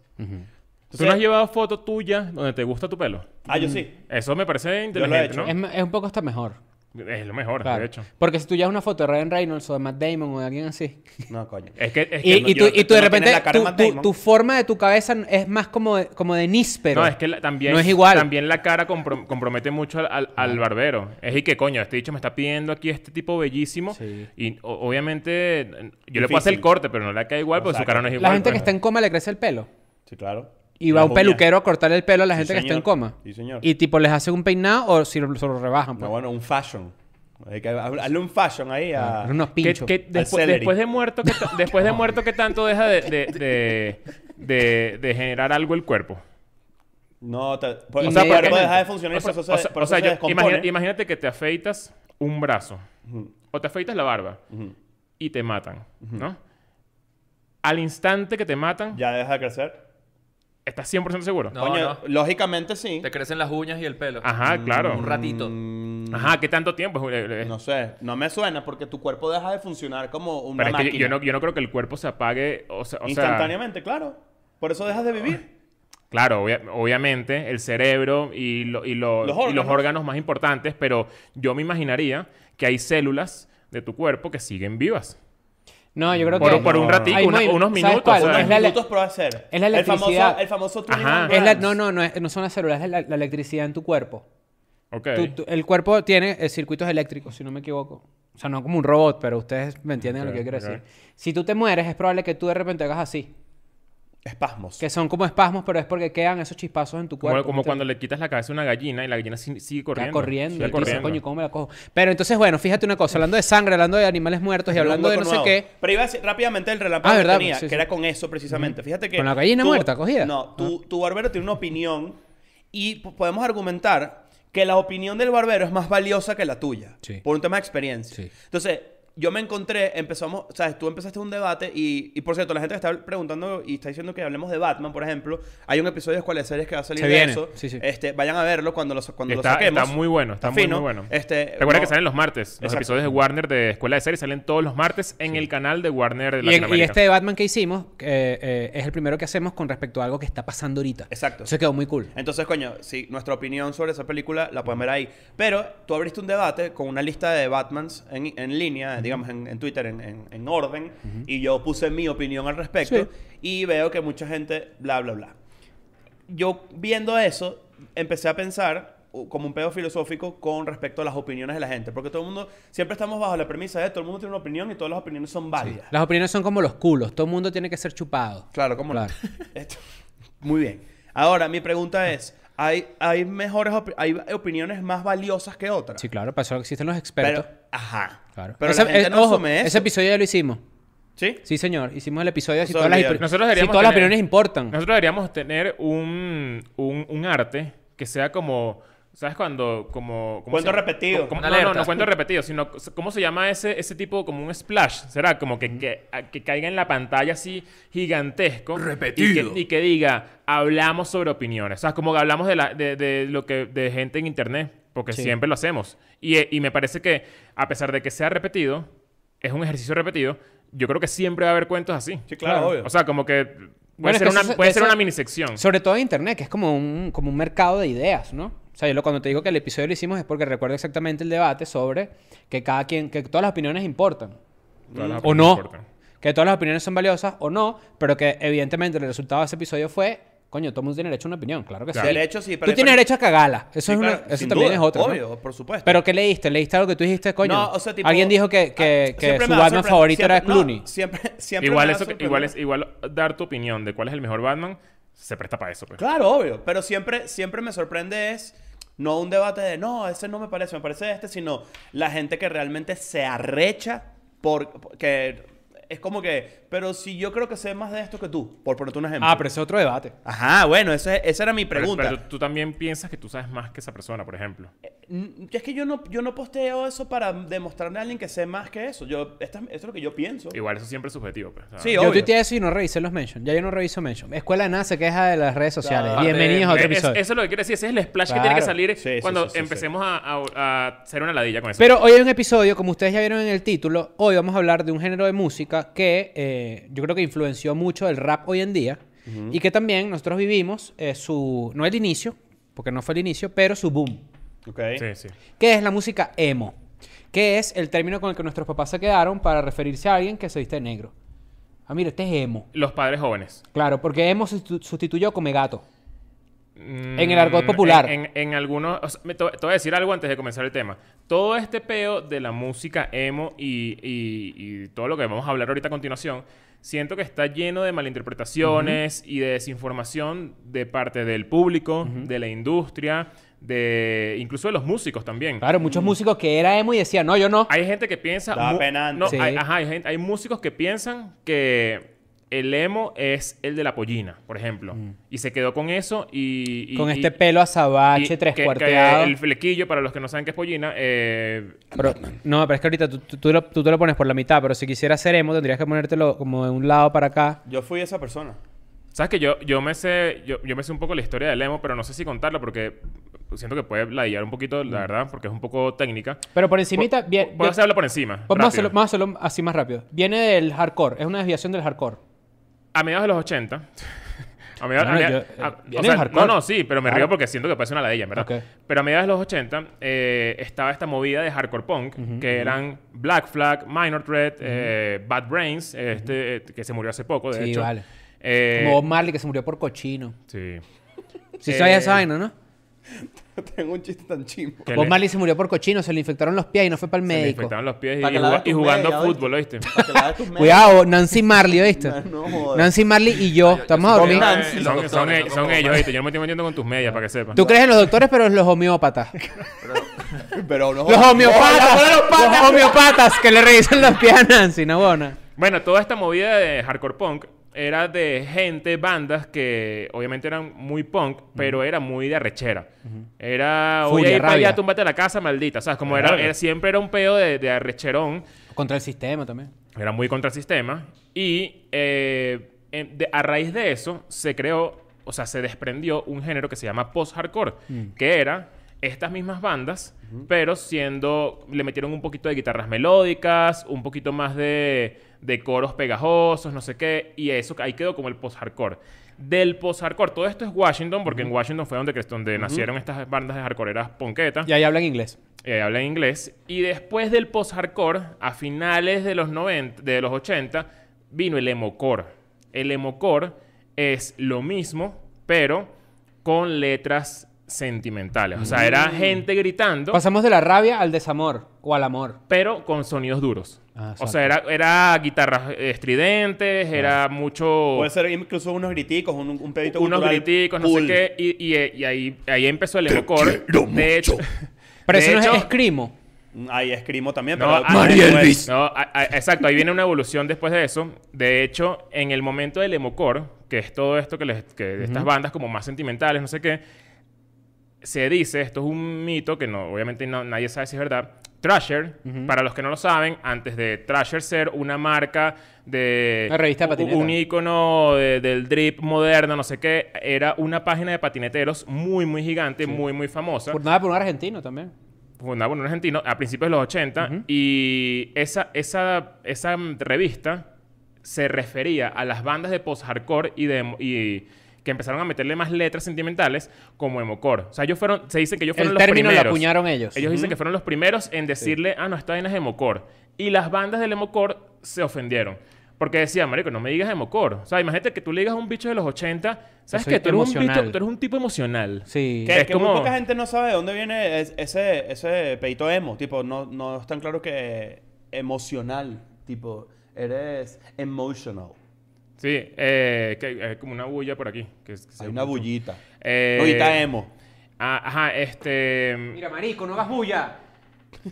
¿Tú no has llevado fotos tuyas donde te gusta tu pelo?
Ah, yo sí.
Eso me parece
lo he
inteligente,
hecho.
¿no?
es, ma- es un poco hasta mejor.
Es lo mejor,
claro.
de hecho.
Porque si tú llevas una foto de Ryan Reynolds o de Matt Damon o de alguien así.
No, coño.
Es que, es que
Y,
no-
y
yo-
tú, y tú
no
de
tienes la
repente,
cara de
tu,
Matt
tu-
Damon.
tu forma de tu cabeza es más como de, como de níspero.
no, es que la- también,
No es igual.
también la cara compro- compromete mucho al, al- al barbero. Es y que, coño, este dicho me está pidiendo aquí este tipo bellísimo.
Sí.
Y o- obviamente, yo le puedo hacer el
Difícil.
corte, pero no le cae igual porque su
Exacto.
cara no es
la
igual.
gente que
pues.
está en coma le crece el pelo.
Sí, claro.
Y va
Las
un
uñas.
peluquero a cortarle el pelo a la
Sí,
gente que está en
señor.
coma.
Sí, señor.
Y tipo, les hace un peinado o si lo- se lo rebajan.
No,
pues.
bueno, un fashion. Hay que- hazle un fashion ahí a...
Ah, Pero unos
¿Qué-
pinchos.
qué- despu-
celery.
después de muerto, ¿qué ta- después de muerto, ¿qué tanto deja de, de, de- de- de generar algo el cuerpo?
No, te, por-
Y
o sea,
me-
por
Inmediatamente.
dejar de funcionar y por eso se,
o sea,
por
o
eso
sea,
se
yo-
descompone.
imagina- imagínate que te afeitas un brazo o te afeitas la barba y te matan, ¿no? al instante que te matan,
Ya deja de crecer.
estás 100% seguro.
No,
Coño,
no.
lógicamente sí.
Te crecen las uñas y el pelo.
Ajá, claro.
Un ratito.
Ajá, ¿qué tanto tiempo? Eh, eh,
Mm. No sé, no me suena porque tu cuerpo deja de funcionar como una
Pero es que
máquina.
yo, yo no, yo no creo que el cuerpo se apague. O sea, o sea,
Instantáneamente, claro. Por eso dejas de vivir.
claro, obvia- obviamente, el cerebro y, lo- y lo-
Los
y los
órganos.
órganos más importantes, pero yo me imaginaría que hay células de tu cuerpo que siguen vivas.
No, yo creo
Por-
que...
por un ratico,
Ay,
una-
Moy,
unos
¿sabes
minutos,
cuál?
o sea,
Es la-
minutos prueba de ser.
es la
El famoso-
electricidad.
El famoso, tuning
Ajá.
on
es la-
grams.
no, no, no, es- no son las células, es la, la electricidad en tu cuerpo.
Ok.
Tú- tú- el cuerpo tiene eh, circuitos eléctricos, si no me equivoco. O sea, no como un robot, pero ustedes me entienden lo
Ok,
que yo quiero
ok.
decir. Si tú te mueres, es probable que tú de repente hagas así.
Espasmos.
Que son como espasmos, pero es porque quedan esos chispazos en tu
Como,
cuerpo.
como
¿viste?
cuando le quitas la cabeza a una gallina y la gallina si- sigue corriendo.
Está corriendo.
Sigue
y tú dices,
corriendo.
coño, ¿cómo me la cojo? Pero entonces, bueno, fíjate una cosa. Hablando de sangre, hablando de animales muertos y
Era un
hablando de no
hueco
sé
nuevo.
qué.
Pero iba a decir rápidamente el relámpago
Ah,
que
verdad,
tenía,
sí, sí.
que era con eso precisamente. Fíjate que.
Con la gallina
tu-
muerta cogida. Ah.
No, tu, tu barbero tiene una opinión y po- podemos argumentar que la opinión del barbero es más valiosa que la tuya.
Sí.
Por un tema de experiencia.
Sí.
Entonces. Yo me encontré, empezamos, sabes, tú empezaste un debate y, y, por cierto, la gente que está preguntando y está diciendo que hablemos de Batman, por ejemplo, hay un episodio de Escuela de Series que va a salir
Se
de
viene,
eso.
sí, sí.
Este, vayan a verlo cuando lo, cuando lo
Está,
saquemos.
está muy bueno, está, muy,
fino.
muy bueno.
Este,
Recuerda
no-
que salen los martes. Los
Exacto.
episodios de Warner de Escuela de Series salen todos los martes en el canal de Warner de
Y, en- y
Latinoamérica.
este de Batman que hicimos eh, eh, es el primero que hacemos con respecto a algo que está pasando ahorita.
Exacto.
Eso quedó muy cool.
Entonces, coño, sí, nuestra opinión sobre esa película la pueden ver ahí. Pero tú abriste un debate con una lista de Batmans en, en línea, digamos, en, en Twitter, en, en- en orden, y yo puse mi opinión al respecto,
Sí.
y veo que mucha gente, bla, bla, bla. Yo viendo eso, empecé a pensar u- como un pedo filosófico con respecto a las opiniones de la gente, porque todo el mundo, siempre estamos bajo la premisa de todo el mundo tiene una opinión y todas las opiniones son válidas.
Las opiniones son como los culos. Todo el mundo tiene que ser chupado.
Claro, ¿cómo no?
Claro.
<laughs> Esto- Muy bien. Ahora, mi pregunta es, ¿hay, hay mejores opi- hay opiniones más valiosas que otras?
Sí, claro, para eso existen los
pero,
expertos.
ajá.
claro.
Pero
Ese-
la gente
eh,
no
ojo,
asume eso.
Ese episodio ya lo hicimos.
¿Sí?
Sí, señor. Hicimos el episodio de si
Eso
todas, las,
olvidar.
opini-
Nosotros
si
deberíamos
todas las
tener-
opiniones importan.
Nosotros deberíamos tener un, un, un arte que sea como. ¿Sabes cuando? Como, como
Cuento
se-
repetido.
como-
Una
no, no,
alerta.
no cuento repetido, sino ¿cómo se llama ese, ese tipo como un splash? ¿Será como
Mm.
que, que, a- que caiga en la pantalla así gigantesco? Repetido. Y que, y que diga, hablamos sobre opiniones. O sea, como que hablamos de, la, de, de lo que, de gente en internet, porque
Sí.
siempre lo hacemos. Y, eh, y me parece que, a pesar de que sea repetido, es un ejercicio repetido, yo creo que siempre va a haber cuentos así.
Sí, claro, obvio.
O sea, como que puede
Bueno, es
ser,
que
una,
eso se-
puede ser
eso-
una minisección.
Sobre todo en internet, que es como un, como un mercado de ideas, ¿no? O sea, yo lo- cuando te digo que el episodio lo hicimos es porque recuerdo exactamente el debate sobre que cada quien, que todas las opiniones importan.
Todas las
o
opiniones
no.
importan.
Que todas las opiniones son valiosas o no, pero que evidentemente el resultado de ese episodio fue, coño, todo el mundo tiene derecho a una opinión, claro que
Claro.
sí.
Derecho, sí, pero
Tú
hay
tienes
pare-
derecho a cagarla. Eso,
Sí,
es una-
claro,
eso
sin
también
duda,
es otra. ¿no?
Obvio, por supuesto.
Pero ¿qué leíste? ¿Leíste algo que tú dijiste, coño?
No, o sea, tipo-
Alguien dijo que, que,
Ah,
que
siempre
su
me va a
Batman
sorpre-
favorito era
siempre- no,
Clooney.
siempre, siempre
Igual,
me va a
eso, que- igual, es,
sorprender.
igual dar tu opinión de cuál es el mejor Batman se presta para eso. pues.
Claro, obvio. Pero siempre, siempre me sorprende es no un debate de no, ese no me parece, me parece este, sino la gente que realmente se arrecha por por- que es como que, pero si yo creo que sé más de esto que tú, por ponerte un ejemplo.
Ah, pero ese es otro debate.
Ajá, bueno, esa, esa era mi
Pero-
pregunta.
Pero, tú también piensas que tú sabes más que esa persona, por ejemplo.
Mm, Es que yo no, yo no posteo eso para demostrarle a alguien que sé más que eso. Yo, esta- esto es lo que yo pienso.
Igual eso siempre es subjetivo. pues, o sea,
Sí,
Yo
obvio.
tuiteé eso y no revisé los mentions. Ya yo no reviso mentions. Escuela de nada se queja de las redes sociales.
Claro.
Bienvenidos a otro
es-
episodio.
eso es lo que quiere decir. Ese es el splash
Claro.
que tiene que salir
Sí, sí,
cuando
sí, sí,
empecemos a- A, a hacer una ladilla con eso.
Pero hoy hay un episodio, como ustedes ya vieron en el título, hoy vamos a hablar de un género de música que eh, yo creo que influenció mucho el rap hoy en día y que también nosotros vivimos eh, su, no el inicio, porque no fue el inicio, pero su boom,
Ok.
sí, sí.
que es la música emo, que es el término con el que nuestros papás se quedaron para referirse a alguien que se viste de negro. Ah, mira, este es emo.
Los padres jóvenes.
Claro, porque emo sustitu- sustituyó como gato.
Mm,
En el argot popular.
En, en- en algunos. o sea, me- te, te voy a decir algo antes de comenzar el tema. Todo este peo de la música emo y, y- y todo lo que vamos a hablar ahorita a continuación, siento que está lleno de malinterpretaciones y de desinformación de parte del público, de la industria, de incluso de los músicos también.
Claro, muchos músicos que era emo y decían, no, yo no.
Hay gente que piensa.
Estaba
mu-
penando.
No,
Sí.
hay, ajá, hay, gente- hay músicos que piensan que el emo es el de la pollina, por ejemplo. Y se quedó con eso y... y-
Con
y-
este pelo azabache,
y
tres
que- que
cuarteado.
el flequillo, para los que no saben qué es pollina, eh,
Pero- no, pero es que ahorita tú, tú- tú lo, tú te lo pones por la mitad, pero si quisieras ser emo tendrías que ponértelo como de un lado para acá.
Yo fui esa persona. <laughs>
¿Sabes que yo, yo me sé yo, yo me sé un poco la historia del emo, pero no sé si contarla porque siento que puede ladillar un poquito, la verdad, porque es un poco técnica.
Pero por encimita,
Pu-
Mm. bien...
pu-
yo-
Puedo hacerlo por encima.
vamos, a
rápido.
hacerlo, vamos a hacerlo así más rápido. Viene del hardcore, es una desviación del hardcore.
A mediados de los 80. A mediados, a
Bueno,
media-
yo-
a-
eh,
o
viene
sea,
el hardcore.
no, no, sí, pero me
Claro.
río porque siento que parece una ladilla, en ¿verdad?
Ok.
Pero a mediados de los 80 eh, estaba esta movida de hardcore punk, que eran Black Flag, Minor Threat, eh, Bad Brains, este, eh, que se murió hace poco, de
Sí,
hecho.
vale.
Eh,
Como Bob Marley que se murió por cochino.
sí.
Si
Eh,
sabías esa vaina, ¿no?
Tengo un chiste tan chimbo. <laughs>
Que
Bob
le-
Marley se murió por cochino, se le infectaron los pies y no fue para el
se le
médico.
infectaban los pies y,
Pa' que
y
la hagas
juga- y
tú
jugando
media,
fútbol, ¿oíste?
Para que la hagas tus medias.
Cuidado, Nancy Marley, ¿oíste?
No, no jodas.
Nancy Marley y yo, estamos
yo
a
soy
dormir.
Bob Marley.
Eh, Son,
Los doctores,
son,
no
e- son
como
ellos,
Marley.
¿viste? Yo no me estoy metiendo con tus medias, para que sepas.
Tú crees en los doctores, pero en los homeópatas.
Pero
<laughs>
no
Los homeópatas. Oh, Los homeópatas que le revisan las pies a Nancy, no buena.
Bueno, toda esta movida de hardcore punk era de gente, bandas que obviamente eran muy punk, pero era muy de arrechera. Era,
Furia,
oye, ir para
rabia.
allá, túmbate a la casa, maldita. ¿Sabes? Como era, era- siempre era un pedo de, de arrecherón.
Contra el sistema también.
Era muy contra el sistema. Y eh, en- de- a raíz de eso se creó, o sea, se desprendió un género que se llama post-hardcore, que era estas mismas bandas, pero siendo, le metieron un poquito de guitarras melódicas, un poquito más de, de coros pegajosos, no sé qué, y eso ahí quedó como el post-hardcore. Del post-hardcore, todo esto es Washington, porque en Washington fue donde, cre- donde nacieron estas bandas de hardcoreras ponquetas
Y ahí hablan inglés.
eh, habla en inglés. Y después del post-hardcore, a finales de los, 90, de los 80, vino el emocore. El emocore es lo mismo, pero con letras sentimentales. O sea,
Mm.
era gente gritando,
Pasamos de la rabia al desamor o al amor.
pero con sonidos duros.
Ah,
o sea, era, era guitarras eh, estridentes, era mucho...
Puede ser incluso unos griticos, un, un pedito
Unos
cultural
griticos, no
cool.
sé qué. Y, y- y ahí, ahí empezó el emocore. De hecho...
Pero
de
eso no es
hecho-
escrimo.
Ahí escribo también,
No,
pero...
ah,
María
no,
Elvis.
no, ah, ah, exacto, ahí viene una evolución después de eso. De hecho, en el momento del emocore, que es todo esto que, les, que de estas bandas como más sentimentales, no sé qué, se dice, esto es un mito que no, obviamente no- nadie sabe si es verdad. Thrasher, para los que no lo saben, antes de Thrasher ser una marca de
Una revista de
u-
patineta.
un icono del drip moderno, no sé qué, era una página de patineteros muy muy gigante, muy muy famosa
Por nada por un argentino también.
fundada por ah, un argentino a principios de los 80 y esa, esa, esa mm, revista se refería a las bandas de post-hardcore y de y que empezaron a meterle más letras sentimentales como emocore. O sea, ellos fueron, se dicen que ellos fueron
El
los
término lo
primeros.
acuñaron ellos.
Ellos dicen que fueron los primeros en decirle, ah, no, esta vaina es emocore. Y las bandas del emocore se ofendieron. Porque decían, marico, no me digas emocore. O sea, imagínate que tú le digas a un bicho de los 80, ¿sabes
soy
que tú eres, un bicho-
emocional.
tú eres un tipo emocional?
Sí.
Que,
Es
que
como-
muy poca gente no sabe de dónde viene es- ese, ese pedito emo. Tipo, no, no es tan claro que emocional. Tipo, eres emotional.
Sí, eh, que hay como una bulla por aquí. Que, es- que se
Hay
escucha.
una bullita.
Eh,
Ahorita emo.
ah, Ajá, este...
marico, no hagas bulla.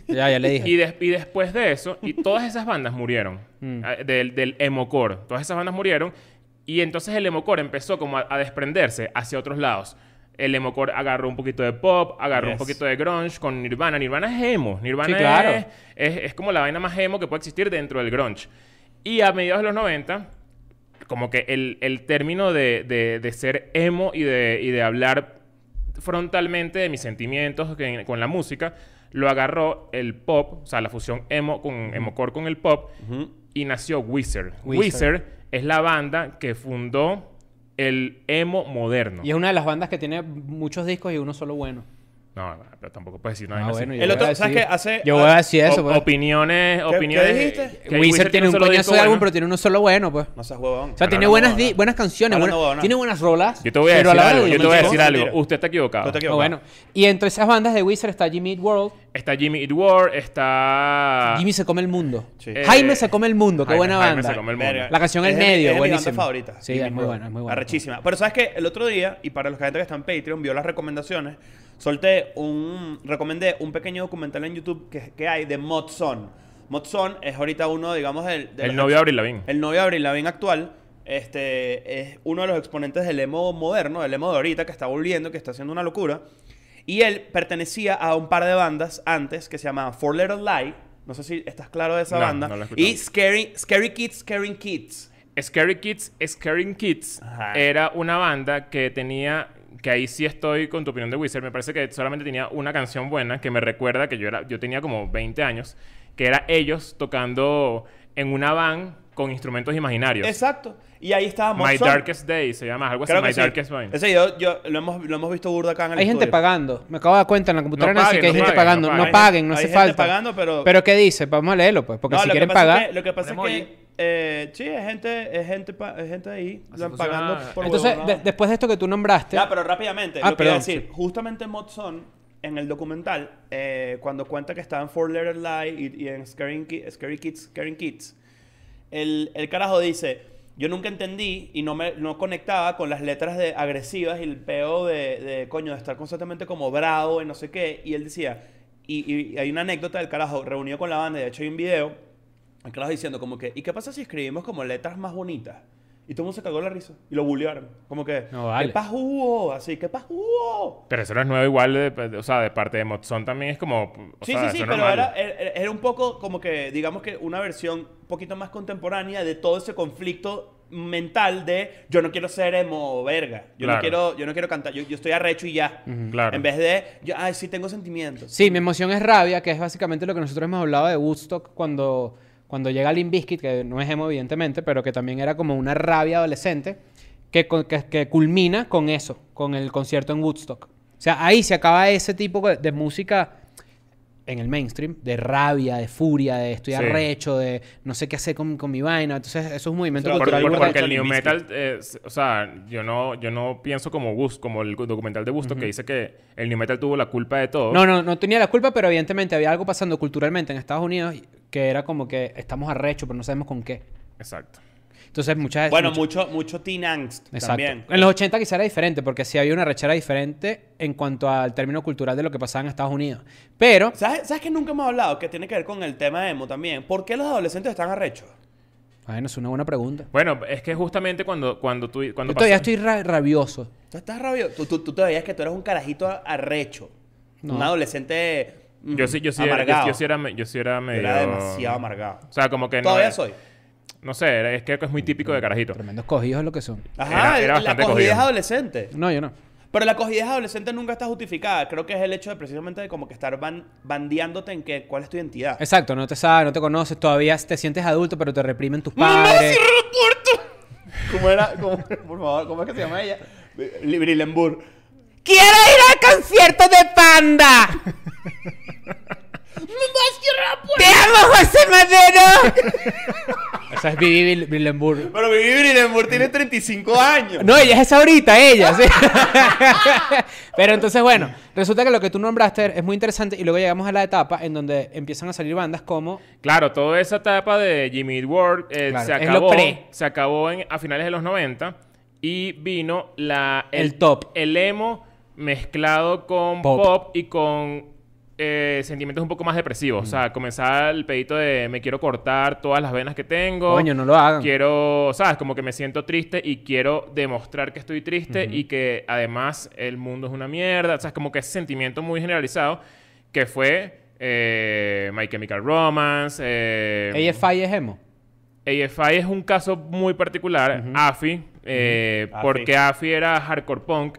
Ya, ya le dije.
Y, des- y después de eso, y todas esas bandas
<laughs>
murieron.
Mm.
Ah, Del, del emocore. Todas esas bandas murieron. Y entonces el emocore empezó como a, a desprenderse hacia otros lados. El emocore agarró un poquito de pop, agarró un
Yes.
poquito de grunge con Nirvana. Nirvana es emo. Nirvana
Sí, claro.
es, es- es como la vaina más emo que puede existir dentro del grunge. Y a mediados de los 90, como que el, el término de, de- de ser emo y de, y de hablar frontalmente de mis sentimientos que- con la música, lo agarró el pop, o sea, la fusión emo con emocore con el pop, y nació Wizard.
Wizard.
Wizard. es la banda que fundó el emo moderno.
Y es una de las bandas que tiene muchos discos y uno solo bueno.
No, no, pero tampoco puedes decir
Ah,
nada.
bueno, yo
El
voy
otro-
a
¿sabes
decir-
qué? Hace-
Yo voy a decir eso, pues.
opiniones, opiniones.
dijiste?
que
Wizard, tiene un
solo
coñazo
disco
de álbum,
bueno.
pero tiene uno solo bueno, pues.
No seas huevón.
O sea,
No, no,
tiene
no,
buenas,
no,
di-
no.
buenas canciones,
Hablando
buena-
huevona.
tiene buenas rolas.
Yo te voy a
pero
decir
la hora
algo.
de
Yo te voy a
dimensión-
decir algo.
Mentira.
Usted está equivocado.
No te
Ah,
equivocado.
bueno. Y entre esas bandas de Wizard está Jimmy Eat World.
Está Jimmy Eat World, está... eh,
Jimmy se come el mundo.
Sí.
Jaime se come el mundo, qué
Ah. Jaime-
buena
Jaime
banda.
se come el
Verga.
mundo.
La canción El
de mi-
Medio,
es de mi banda
buenísima.
favorita.
Sí,
Jimmy
es muy
World.
buena, es muy buena.
Arrechísima. Pero sabes que el otro día, y para los que gente que está en Patreon, vio las recomendaciones, solté un. Recomendé un pequeño documental en YouTube que, que hay de Modson. Modson es ahorita uno, digamos, del. de
El
los
novio de
ex-
Avril Lavigne.
El novio de Avril Lavigne actual. este, es uno de los exponentes del emo moderno, del emo de ahorita, que está volviendo, que está haciendo una locura. Y él pertenecía a un par de bandas antes que se llamaban Four Little Lie. No sé si estás claro de esa
No,
banda.
no la he escuchado.
y Scary, Scary Kids, Scary Kids.
Scary Kids, Scaring Kids
Ajá.
era una banda que tenía que ahí sí estoy con tu opinión de Wizard, me parece que solamente tenía una canción buena que me recuerda que yo era yo tenía como 20 años, que era ellos tocando en una van con instrumentos imaginarios.
Exacto. Y ahí estábamos.
My
Son-
Darkest Day se llama, algo así,
Creo que
My
sí.
Darkest Mind.
Ese yo, yo- lo, hemos, lo hemos visto burda acá en el
Hay gente
estudio.
pagando. Me acabo de dar cuenta en la computadora
No
no
paguen,
que hay
no
gente
paguen,
pagando.
no
No
paguen.
paguen, no
Hay
hace
gente
falta.
pagando, pero-
¿qué dice? Vamos a leerlo, pues. Porque
No,
si
lo que
quieren
pasa es
pagar.
que- lo que pasa es
Ponemos
que.
ahí.
eh, sí, es gente, es gente, pa- es gente ahí. lo
Así
van
funciona.
pagando por
Entonces,
huevonada.
de- después de esto que tú nombraste.
Ya, pero rápidamente.
Ah,
lo que iba a
perdón,
decir, justamente Motson, en el documental, eh, cuando cuenta que estaba en Four Letter Lie y, y en Scary, Ki- Scary Kids, Scary Kids, el, el carajo dice, yo nunca entendí y no, me, no conectaba con las letras de agresivas y el peo de, de, coño, de estar constantemente como bravo y no sé qué. Y él decía, y, y- y hay una anécdota del carajo reunido con la banda, y de hecho hay un video, el carajo diciendo como que, ¿y qué pasa si escribimos como letras más bonitas? Y todo el mundo se cagó la risa y lo bullearon. Como que,
No vale.
¿qué pasa hubo? Así, ¿qué pasa hubo?
Pero eso no es nuevo igual, de- o sea, de parte de Motson también es como o
Sí,
sea,
sí, sí,
eso es
pero
normal.
era, era- era un poco como que, digamos que una versión un poquito más contemporánea de todo ese conflicto mental de yo no quiero ser emo verga, yo
Claro.
no quiero yo no quiero cantar, yo, yo estoy arrecho y ya.
claro.
En vez de, yo, ay, sí tengo sentimientos.
Sí, mi emoción es rabia, que es básicamente lo que nosotros hemos hablado de Woodstock cuando, cuando llega Limp Bizkit, que no es emo evidentemente, pero que también era como una rabia adolescente que, con- que, que culmina con eso, con el concierto en Woodstock. O sea, ahí se acaba ese tipo de- de música en el mainstream, de rabia, de furia, de estoy
Sí.
arrecho, de no sé qué hacer con, con mi vaina. Entonces, eso es un movimiento
Por-
Por-
cultural.
por-
igual
porque
que
el
Limp
new metal, eh, s- o sea, yo no, yo no pienso como Bus, como el documental de Busto que dice que el new metal tuvo la culpa de todo.
No, no, no tenía la culpa, pero evidentemente había algo pasando culturalmente en Estados Unidos que era como que estamos arrechos, pero no sabemos con qué.
Exacto.
Entonces, muchas
Bueno,
muchas-
mucho mucho teen angst
Exacto.
también.
En los 80 quizá era diferente, porque sí había una rechera diferente en cuanto al término cultural de lo que pasaba en Estados Unidos. Pero,
¿Sabes, ¿Sabes que nunca hemos hablado? Que tiene que ver con el tema emo también. ¿Por qué los adolescentes están arrechos?
bueno, es una buena pregunta.
Bueno, es que justamente cuando, cuando tú... Cuando
Yo todavía
pasa-
estoy ra- rabioso.
¿Tú estás rabioso? Tú, tú, tú te veías que tú eras un carajito arrecho.
No.
Un adolescente mm,
Yo sí, yo sí, era- yo,
amargado.
yo sí era, me- yo sí era medio...
Era demasiado amargado.
O sea, como que no
Todavía
es-
soy.
No sé, es que es muy típico de carajito.
Tremendos cogidos es lo que son.
Ajá,
Era- era
la
bastante
cogidez
cogido.
adolescente.
No, yo no.
Pero la cogidez adolescente nunca está justificada. Creo que es el hecho de precisamente de como que estar ban- bandeándote en que, cuál es tu identidad.
Exacto, no te sabes, no te conoces, todavía te sientes adulto, pero te reprimen tus padres.
¿Cómo era? ¿Cómo- por favor, ¿cómo es que se llama ella?
Brillenburg.
¡Quiero ir al concierto de
<laughs>
Panda! ¡Te amo, José Madero! <laughs> Esa es Vivi Vil- Villenburg.
Pero Vivi Brillenburg <laughs> tiene 35 años.
No, ella es esa ahorita, ella, sí. <laughs> Pero entonces, bueno, resulta que lo que tú nombraste es muy interesante y luego llegamos a la etapa en donde empiezan a salir bandas como...
Claro, toda esa etapa de Jimmy Eat World eh,
Claro,
se
es lo
acabó,
pre.
se acabó en- a finales de los 90 y vino la,
El top.
El emo mezclado con
Pop.
pop, y con eh, sentimientos un poco más depresivos. O
Mm.
sea, comenzaba el pedito de me quiero cortar todas las venas que tengo.
Coño, no lo hagan.
Quiero, ¿sabes? Como que me siento triste y quiero demostrar que estoy triste y que además el mundo es una mierda. O sea, es como que ese sentimiento muy generalizado que fue eh, My Chemical Romance. Eh,
AFI es emo.
AFI es un caso muy particular. AFI, eh,
Ujú. AFI.
porque AFI era hardcore punk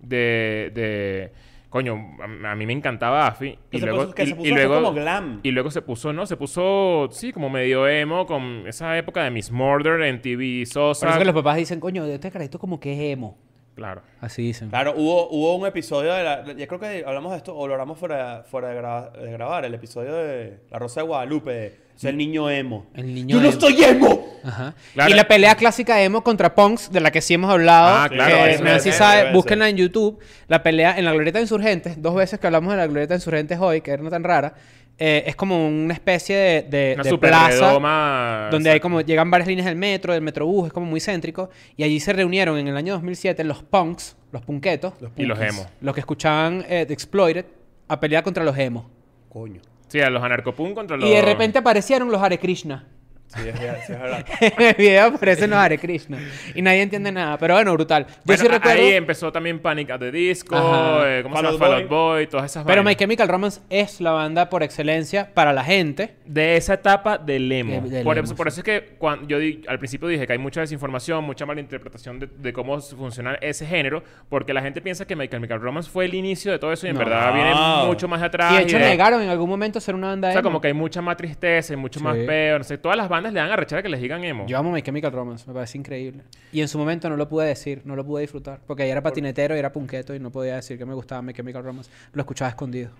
de, de- Coño, a, a mí me encantaba AFI.
Que
Y
se
luego,
puso- que
y-
se puso
y luego-
como glam.
y luego se puso, ¿no? Se puso, sí, como medio emo con esa época de Miss Murder en TV
Por
Sosa.
eso que los papás dicen, coño, este carajito como que es emo.
Claro.
Así dicen.
Claro, hubo, hubo un episodio de la... Ya creo que hablamos de esto o lo hablamos fuera, fuera de, gra- de grabar. El episodio de La Rosa de Guadalupe. de, "Soy el niño emo.
El niño
¡Yo no
emo.
estoy emo!
Ajá.
Claro.
Y la pelea clásica de emo contra punks, de la que sí hemos hablado.
Ah, claro,
que
eso
Nancy
es,
sabe,
eso es.
búsquenla en YouTube. La pelea en la Glorieta de Insurgentes, dos veces que hablamos de la Glorieta de Insurgentes hoy, que era no tan rara. eh, es como una especie de, de,
Una
de
super
plaza.
redoma.
donde hay como llegan varias líneas del metro, del metrobús, es como muy céntrico y allí se reunieron en el año 2007 los punks, los punquetos
Y los emo.
los que escuchaban eh, The Exploited a pelear contra los emos.
Coño.
Sí, a los anarcopunk contra los...
Y de repente aparecieron los Hare Krishna. <laughs>
Sí, es, verdad, sí, es verdad.
en el video aparecen los Hare Krishna. Y nadie entiende nada. Pero bueno, brutal. Yo
Bueno,
sí
a-
recuerdo.
Ahí empezó también Panic at the Disco,
Ajá.
eh, ¿cómo se
Fall
llama? Fall
Out Boy.
Out Boy, todas esas
Pero My
vainas.
Chemical Romance es la banda por excelencia para la gente.
De esa etapa del emo.
De- del
por,
emo,
eso, por eso es que cuan- yo di- al principio dije que hay mucha desinformación, mucha mala interpretación de, de cómo funciona ese género, porque la gente piensa que My Chemical Romance fue el inicio de todo eso y en
No.
verdad viene mucho más de atrás.
y de
y
hecho
de-
negaron en algún momento ser una banda
O
de
sea, como que hay mucha más tristeza y mucho más
Sí.
peo. No sé, todas las bandas le dan arrechera que les digan emo.
Yo amo My Chemical Romance, me parece increíble. Y en su momento no lo pude decir, no lo pude disfrutar, porque ya era patinetero y era punqueto y no podía decir que me gustaba My Chemical Romance. Lo escuchaba escondido.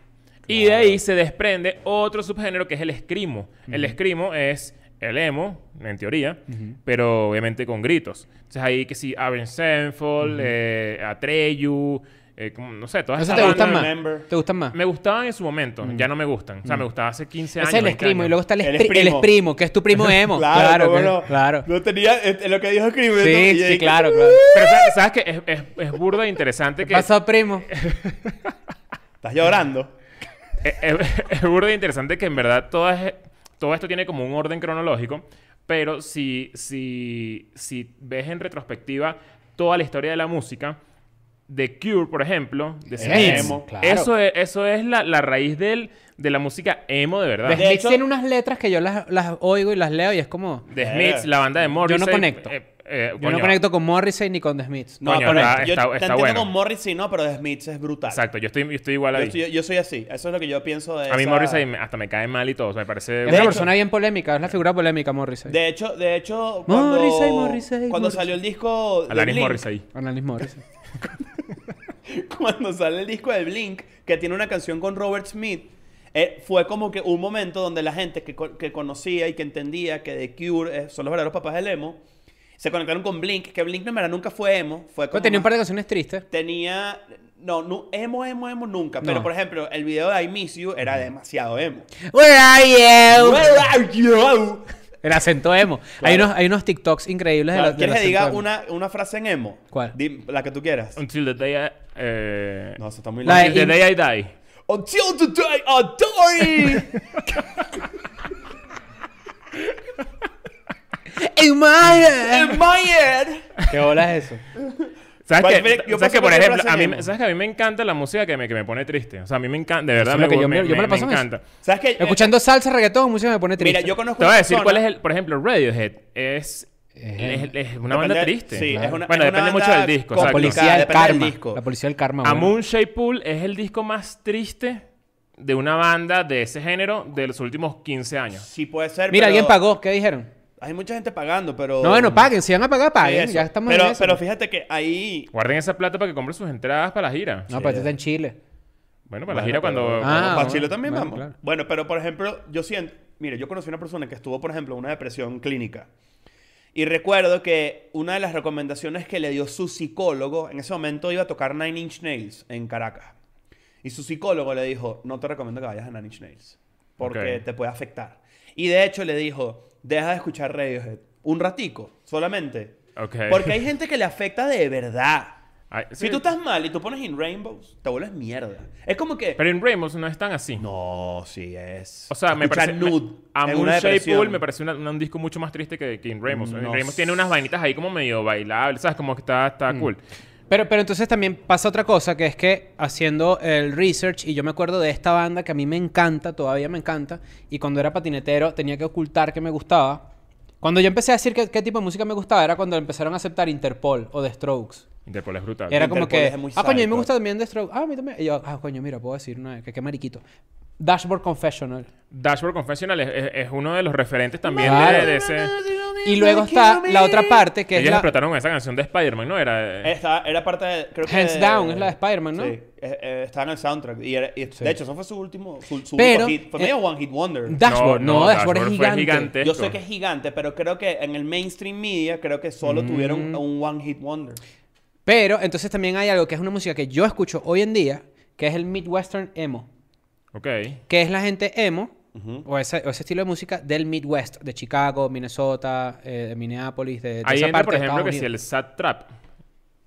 Y de ahí se desprende otro subgénero que es el escrimo. El escrimo es el emo, en teoría, pero obviamente con gritos. Entonces ahí que sí, Avenged Sevenfold, eh, Atreyu, eh, como- no sé, todas
Entonces
esas
te gustan
bandas-
más.
Ah, Remember.
¿Te gustan más?
Me gustaban en su momento, ya no me gustan. O sea, me gustaba hace 15 años.
es el
20
escrimo y
años.
luego está el,
este El
espri- el
esprimo.
esprimo, que es tu primo
<laughs>
<laughs> emo.
Claro,
claro,
cómo
que-
no.
claro.
No tenía eh, eh, lo que dijo Scribble.
Sí, sí, claro,
<laughs>
claro.
Pero sa- sabes que es, es, es burda e interesante
<laughs> ¿Qué
que...
pasó, primo?
Estás llorando.
es, es- Eh, <laughs> es burda e interesante que en verdad todas- e, todo esto tiene como un orden cronológico, pero si, si, si ves en retrospectiva toda la historia de la música, The Cure, por ejemplo, de Smiths,
emo,
claro.
eso es, eso es la, la raíz del, de la música emo de verdad.
The
De,
Smiths
hecho-
tiene unas letras que yo las, las oigo y las leo y es como...
Smiths, la banda de Morrissey.
eh, conecto.
eh, eh,
Yo no
coño,
conecto con Morrissey ni con The Smiths.
No,
Coño,
pero
está-
yo
está- está
te entiendo
bueno.
con Morrissey, no, pero de Smiths es brutal.
Exacto, yo estoy, yo estoy igual
Yo,
ahí.
estoy- yo soy así. Eso es lo que yo pienso de
A mí
esa-
Morrissey me- hasta me cae mal y todo, o sea, me parece...
Es una
hecho-
persona bien polémica, es la figura polémica Morrissey.
De hecho, de hecho cuando,
Morrissey, Morrissey,
cuando
Morrissey.
salió el disco de
Alanis
Blink,
Morrissey.
Alanis Morrissey.
<laughs> cuando sale el disco de Blink, que tiene una canción con Robert Smith, eh, fue como que un momento donde la gente que, co- que conocía y que entendía que The Cure eh, son los verdaderos papás del emo, se conectaron con Blink, que Blink en verdad nunca fue emo, fue como
Pero tenía un
más-
par de canciones tristes.
tenía no, no, emo, emo, emo nunca,
No.
pero por ejemplo, el video de I Miss You era demasiado emo.
Where are you?
Where are
<laughs>
you?
El acento emo. Hay, unos, hay unos TikToks increíbles de la-
Claro,
del
¿Quieres que diga
acento emo.
una, una frase en emo?
¿Cuál?
Di- la que tú quieras.
Until the day I... eh,
No, eso está muy
La
largo.
Until the
in-
day I die.
Until the day I die.
<laughs> ¡Ey, madre!
in my head.
¿Qué bola es eso?
¿Sabes
Cual-
que,
Pues, yo
sabes
paso
que, por
cualquier
ejemplo,
frase
a mí,
en
me-
emo.
sabes que a mí me encanta la música que me, que me pone triste? O sea, a mí me encanta, de verdad,
es
me,
lo que yo
me,
me- yo me la paso en eso.
encanta.
¿Sabes qué?
Escuchando Escuchando salsa, reggaetón, música me pone
Eh, mira,
triste.
yo conozco
Te voy a
una
decir
persona-
cuál es el, por ejemplo, Radiohead. Es, es, es una banda
Depende-
triste.
Eh, sí, es una-
bueno,
es una
depende mucho
banda
del disco.
con
La
exacto.
policía
Claro,
del
depende del
karma.
disco.
La policía del karma.
A
bueno.
Moon Shape Pool es el disco más triste de una banda de ese género de los últimos 15 años.
Sí, puede ser.
Mira,
pero-
alguien pagó. ¿Qué dijeron?
Hay mucha gente pagando, pero.
No, bueno, paguen. Si van a pagar,
Sí,
paguen.
eso.
Ya estamos
pero,
en eso.
pero fíjate que ahí.
Guarden esa plata para que compren sus entradas para la gira.
No, pero tú estás en Chile.
Bueno, para la gira
pero-
cuando...
Ah,
Vamos para
bueno,
Chile también
bueno,
vamos.
claro.
Bueno, pero por ejemplo, yo siento. Mire, yo conocí una persona que estuvo, por ejemplo, en una depresión clínica. Y recuerdo que una de las recomendaciones que le dio su psicólogo, en ese momento iba a tocar Nine Inch Nails en Caracas. Y su psicólogo le dijo, no te recomiendo que vayas a Nine Inch Nails, porque
Ok.
te puede afectar. Y de hecho le dijo, deja de escuchar Radiohead, un ratico, solamente.
Ok.
Porque hay gente que le afecta de
<laughs>
verdad.
Ay,
Si
sí.
tú estás mal y tú pones In Rainbows, te vuelves mierda. Es como que...
Pero en Rainbows no es tan así.
No, sí es.
O sea, me
Escucha
parece.
Nude
me- a
en
Moon
una
Shape
depresión.
Pool me parece una- una- un disco mucho más triste que, que In Rainbow.
No
In Rainbow tiene unas vainitas ahí como medio bailables, ¿sabes? Como que está, está
Mm.
cool.
Pero, pero entonces también pasa otra cosa, que es que haciendo el research, y yo me acuerdo de esta banda que a mí me encanta, todavía me encanta, y cuando era patinetero tenía que ocultar que me gustaba. Cuando yo empecé a decir que- qué tipo de música me gustaba, era cuando empezaron a aceptar Interpol o The Strokes.
Interpol es brutal.
Era
Interpol
como que,
es muy
ah, coño, a mí me
sádico.
gusta también The Strokes. Ah, a mí también. Y yo, ah, coño, mira, puedo decir una vez, que qué mariquito. Dashboard Confessional.
Dashboard Confessional es, es- es uno de los referentes también
Claro.
de, de ese.
Y luego está la otra parte, que
Ellos
es la...
explotaron esa canción de Spider-Man, ¿no? Era. eh,
Esta era parte de. Creo que
Hands Down es la de Spider-Man, ¿no?
Sí, eh, eh, estaba en el soundtrack. Y, era- y
Sí.
de hecho, eso fue su último, su, su
Pero,
único hit. Fue
eh,
medio One Hit Wonder.
Dashboard, no, Dashboard, es
fue
gigante.
gigantesco.
Yo sé que es gigante, pero creo que en el mainstream media, creo que solo
Mm.
tuvieron un One Hit Wonder. Ah,
Pero entonces también hay algo que es una música que yo escucho hoy en día, que es el Midwestern emo,
Ok.
que es la gente emo, o, ese, o ese estilo de música del Midwest, de Chicago, Minnesota, eh, de Minneapolis, de, de
Ahí
esa
entra,
parte
por
de
ejemplo, que
Estados
si
Unidos.
el Sad Trap.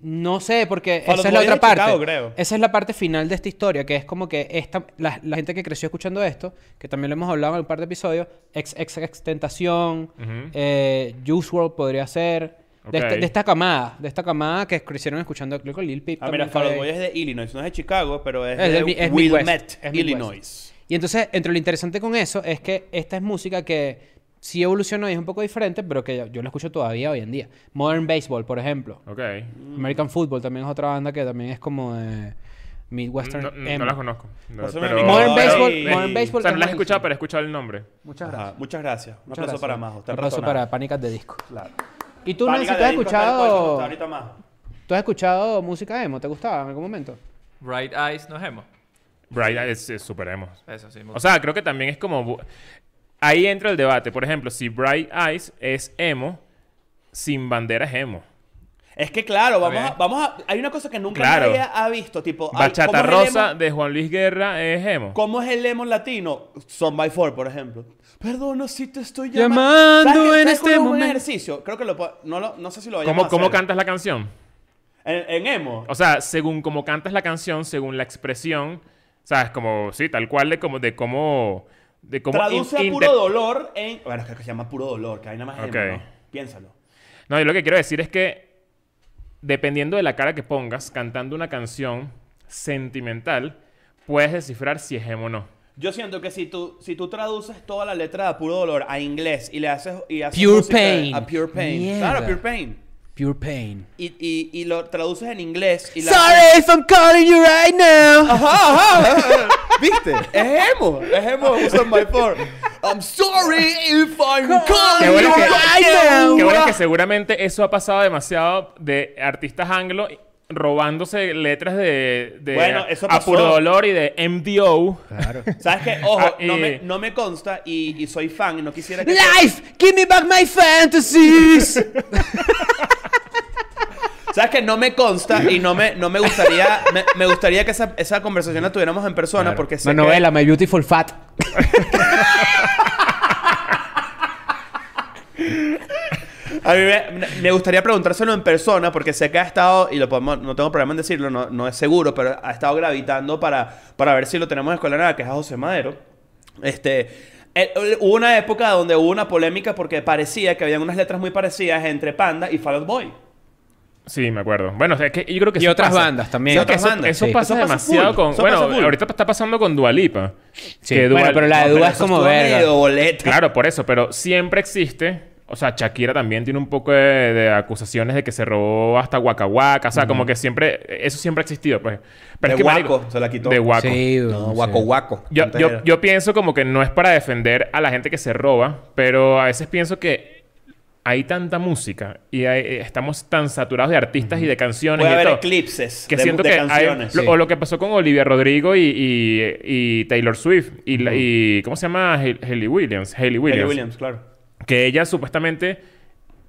No sé, porque
Fall Out
esa es la
Boy es
otra
de
parte.
Chicago, creo.
Esa es la parte final de esta historia, que es como que esta, la, la gente que creció escuchando esto, que también lo hemos hablado en un par de episodios, ex, ex, ex Tentación,
Ujú.
eh, Juice WRLD podría ser, de, este-
Ok.
de esta camada, de esta camada que crecieron escuchando, creo que Lil Peep
Ah,
también
mira, Fall Out
cae ahí.
Boy es de Illinois, no es de Chicago, pero es,
Es
de,
del mi- es Midwest,
Wilmette,
es Midwest.
Illinois.
Y entonces, entre lo interesante con eso es que esta es música que sí evolucionó y es un poco diferente, pero que yo la escucho todavía hoy en día. Modern Baseball, por ejemplo.
Ok.
American Football también es otra banda que también es como de Midwestern.
No, no,
emo.
no las conozco. No,
Pásame
pero-
mi
Modern
Ay.
Baseball,
Ay.
Modern Baseball
O sea, no
es
las he
buenísimo.
escuchado, pero he escuchado el nombre.
Muchas gracias.
Ajá, Muchas gracias. Un
Muchas
aplauso
gracias.
para Majo. está
Un aplauso
razonado.
para Pánicas de Disco.
Claro.
¿Y tú,
Pánica
Nancy,
de
tú has
disco está el cuerpo, está
escuchado,
ahorita Majo.
tú has escuchado música emo? ¿Te gustaba en algún momento?
Bright Eyes no es emo.
Bright Eyes es super emo.
Eso sí. me
O
gusta.
sea, creo que también es como. bu- Ahí entra el debate. Por ejemplo, si Bright Eyes es emo, sin bandera es emo.
Es que claro, vamos
bien.
a, vamos a... Hay una cosa que nunca
Claro.
nadie ha visto, tipo... ay,
Bachata
¿cómo es el
Rosa
emo?
de Juan Luis Guerra es emo.
¿Cómo es el emo latino? Son by four, por ejemplo. Perdona si te estoy
Llamando
llamando. ¿Sabes qué-
en
sabes cuál
este
es
momento?
un ejercicio. Creo que lo puedo- no, lo- no sé si lo vayamos
¿Cómo,
a hacer.
cómo cantas la canción?
En, en emo.
O sea, según cómo cantas la canción, según la expresión, ¿sabes? Como, sí, tal cual de como de cómo. De cómo
Traduce
in-
a puro
inter-
dolor en... Bueno, creo que se llama puro dolor, que hay nada más emo,
Ok.
¿no? Piénsalo.
No, yo lo que quiero decir es que dependiendo de la cara que pongas cantando una canción sentimental, puedes descifrar si es emo o no.
Yo siento que si tú, si tú traduces toda la letra de puro dolor a inglés y le haces. Y haces
Pure
música
pain.
A pure pain.
Mierda.
Claro, pure pain.
Pure Pain.
Y, y, y lo traduces en inglés y la.
Sorry if I'm calling you right now.
¿Viste?
Es emo. Es emo. Usan my four. I'm sorry if I'm
Qué
calling
bueno
you
que-
right now.
Que bueno que seguramente eso ha pasado demasiado de artistas anglo robándose letras de, de
Bueno, eso
a
pasó.
puro dolor y de MDO.
¿Sabes qué? Ojo,
Ah,
no, me,
eh.
no me consta y, y soy fan y no quisiera que.
Life, give me back my <laughs> fantasies.
¿Sabes qué? No me consta y no me, no me gustaría. Me, me gustaría que esa, esa conversación la tuviéramos en persona porque sé
Una
que-
novela, My Beautiful Fat.
A mí me, me gustaría preguntárselo en persona porque sé que ha estado, y lo podemos, no tengo problema en decirlo, no, no es seguro, pero ha estado gravitando para, para ver si lo tenemos en escuela nada, que es a José Madero. Este, eh, hubo una época donde hubo una polémica porque parecía que habían unas letras muy parecidas entre Panda y Fall Out Boy.
Sí, me acuerdo. Bueno, o sea, es que yo creo que
Y
eso
otras
pasa.
bandas también.
Creo que
Otras
eso,
bandas,
eso
sí.
pasa
Eso pasa
demasiado
full,
con.
eso
bueno,
pasa full.
ahorita está pasando con Dualipa.
Sí, bueno, pero la de
Pero
Dua es
eso
como
estuvo medio
verga.
boleta.
Claro, por eso, pero siempre existe. O sea, Shakira también tiene un poco de, de acusaciones de que se robó hasta Waka Waka. O sea, como que siempre. Eso siempre ha existido, pues. Pero
De
es que, marico,
Guaco, se la quitó.
De Guaco.
Sí,
No,
sí.
guaco guaco.
Yo,
Antes
yo,
era.
yo pienso como que no es para defender a la gente que se roba, pero a veces pienso que hay tanta música y hay- eh, estamos tan saturados de artistas y de canciones
Puede
y de
haber
todo,
eclipses
que
de,
siento
de
que hay-
canciones.
lo- o lo que pasó con Olivia Rodrigo y, y- y Taylor Swift y, la- y- ¿cómo se llama? Hail- Hailey Williams, Hailey
Billy
Williams,
Williams, claro.
que ella supuestamente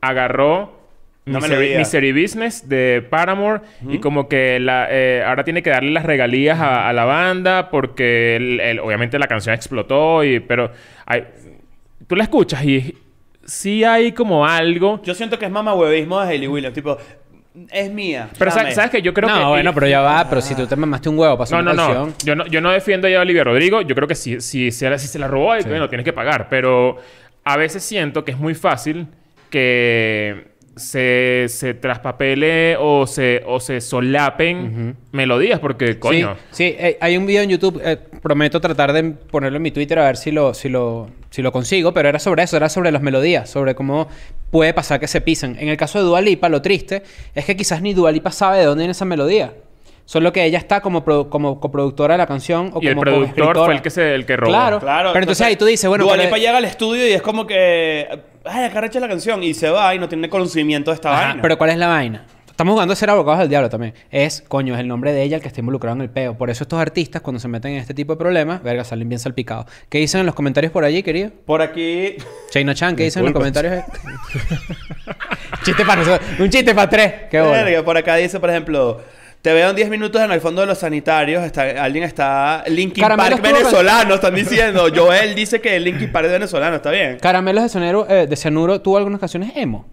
agarró
Una
Misery,
melodía.
Misery Business de Paramore y como que la, eh, ahora tiene que darle las regalías a, a la banda porque el- el- obviamente la canción explotó y pero hay- tú la escuchas y sí hay como algo
Yo siento que es mamá huevismo de Hayley Williams. Tipo, es mía.
pero
dame.
sabes, sabes que yo creo que
no, bueno, pero ya va. Pero si tú te mamaste un huevo para hacer
no, no,
una
no.
canción.
Yo, no. yo no defiendo ya a Olivia Rodrigo. Yo creo que si, si, se la- si se la robó, ahí, bueno, tienes que pagar. Pero a veces siento que es muy fácil que se, se traspapele o se, o se solapen melodías. Porque, coño,
Sí, sí, eh, hay un video en YouTube, eh, prometo tratar de ponerlo en mi Twitter a ver si lo, si lo, si lo consigo, pero era sobre eso, era sobre las melodías, sobre cómo puede pasar que se pisan. En el caso de Dualipa, lo triste es que quizás ni Dualipa sabe de dónde viene esa melodía. Solo que ella está como, produ- como coproductora de la canción o
y el
como
productor
coescritora.
fue el que, se, el que robó.
Claro. Pero entonces ahí tú dices, bueno,
Dua
pero-
Lipa llega al estudio y es como que. Ay, acá recha la canción. Y se va y no tiene conocimiento de esta
Ajá,
vaina.
Pero ¿cuál es la vaina? Estamos jugando a ser abogados del diablo también. Es, coño, es el nombre de ella el que está involucrado en el peo. Por eso estos artistas, cuando se meten en este tipo de problemas, verga, salen bien salpicados. ¿Qué dicen en los comentarios por allí, querido?
Por aquí.
Chaina Chan, ¿qué dicen en los
Disculpa.
comentarios? chiste para nosotros. Un chiste para tres. Qué bueno.
Verga, por acá dice, por ejemplo. Te veo en 10 minutos en el fondo de los sanitarios. Está, alguien está. Linkin
Caramelos
Park
tuvo-
venezolano, están diciendo. Joel dice que Linkin Park es venezolano, está bien.
Caramelos de, Cenero- eh, de Cianuro tuvo algunas canciones emo.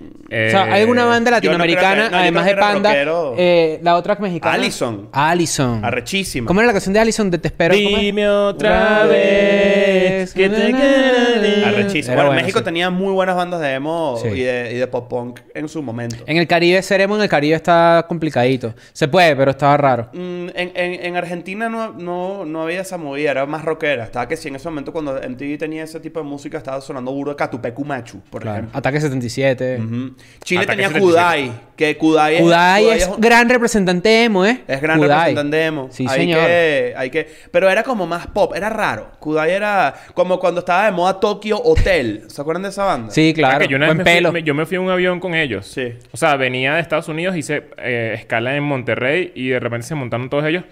O sea, hay
Eh,
una banda
Eh, yo no creo que-
latinoamericana,
no, yo creo
además de
que era
Panda.
rockero.
eh, la otra es mexicana.
Allison.
Allison.
Arrechísima.
¿Cómo era la canción de Allison? De Te espero. ¿cómo es?
Dime otra vez que te quedaré.
Arrechísima.
Era
Bueno,
bueno,
México
sí.
tenía muy buenas bandas de emo
Sí.
y, de, y de pop punk en su momento.
En el Caribe, Ceremo en el Caribe está complicadito. Se puede, pero estaba raro.
Mm, En, en- en Argentina no, no, no había esa movida, era más rockera. Estaba que sí, en ese momento cuando MTV tenía ese tipo de música, estaba sonando burro de Catupecu Machu, por
Claro.
ejemplo.
Ataque 77.
Ujú. Chile
Ataque
tenía
77.
Kudai, que Kudai,
Kudai es
un-
gran representante de emo, ¿eh?
es gran
Kudai.
representante de emo.
Sí,
hay
señor.
Que, hay que... Pero era como más pop, era raro. Kudai era como cuando estaba de moda Tokio Hotel. ¿Se acuerdan de esa banda?
Sí, claro.
Ah, que yo una vez
Buen
me fui-
pelo.
me- yo me fui en un avión con ellos.
Sí.
O sea, venía de Estados Unidos, hice eh, escala en Monterrey y de repente se montaron todos ellos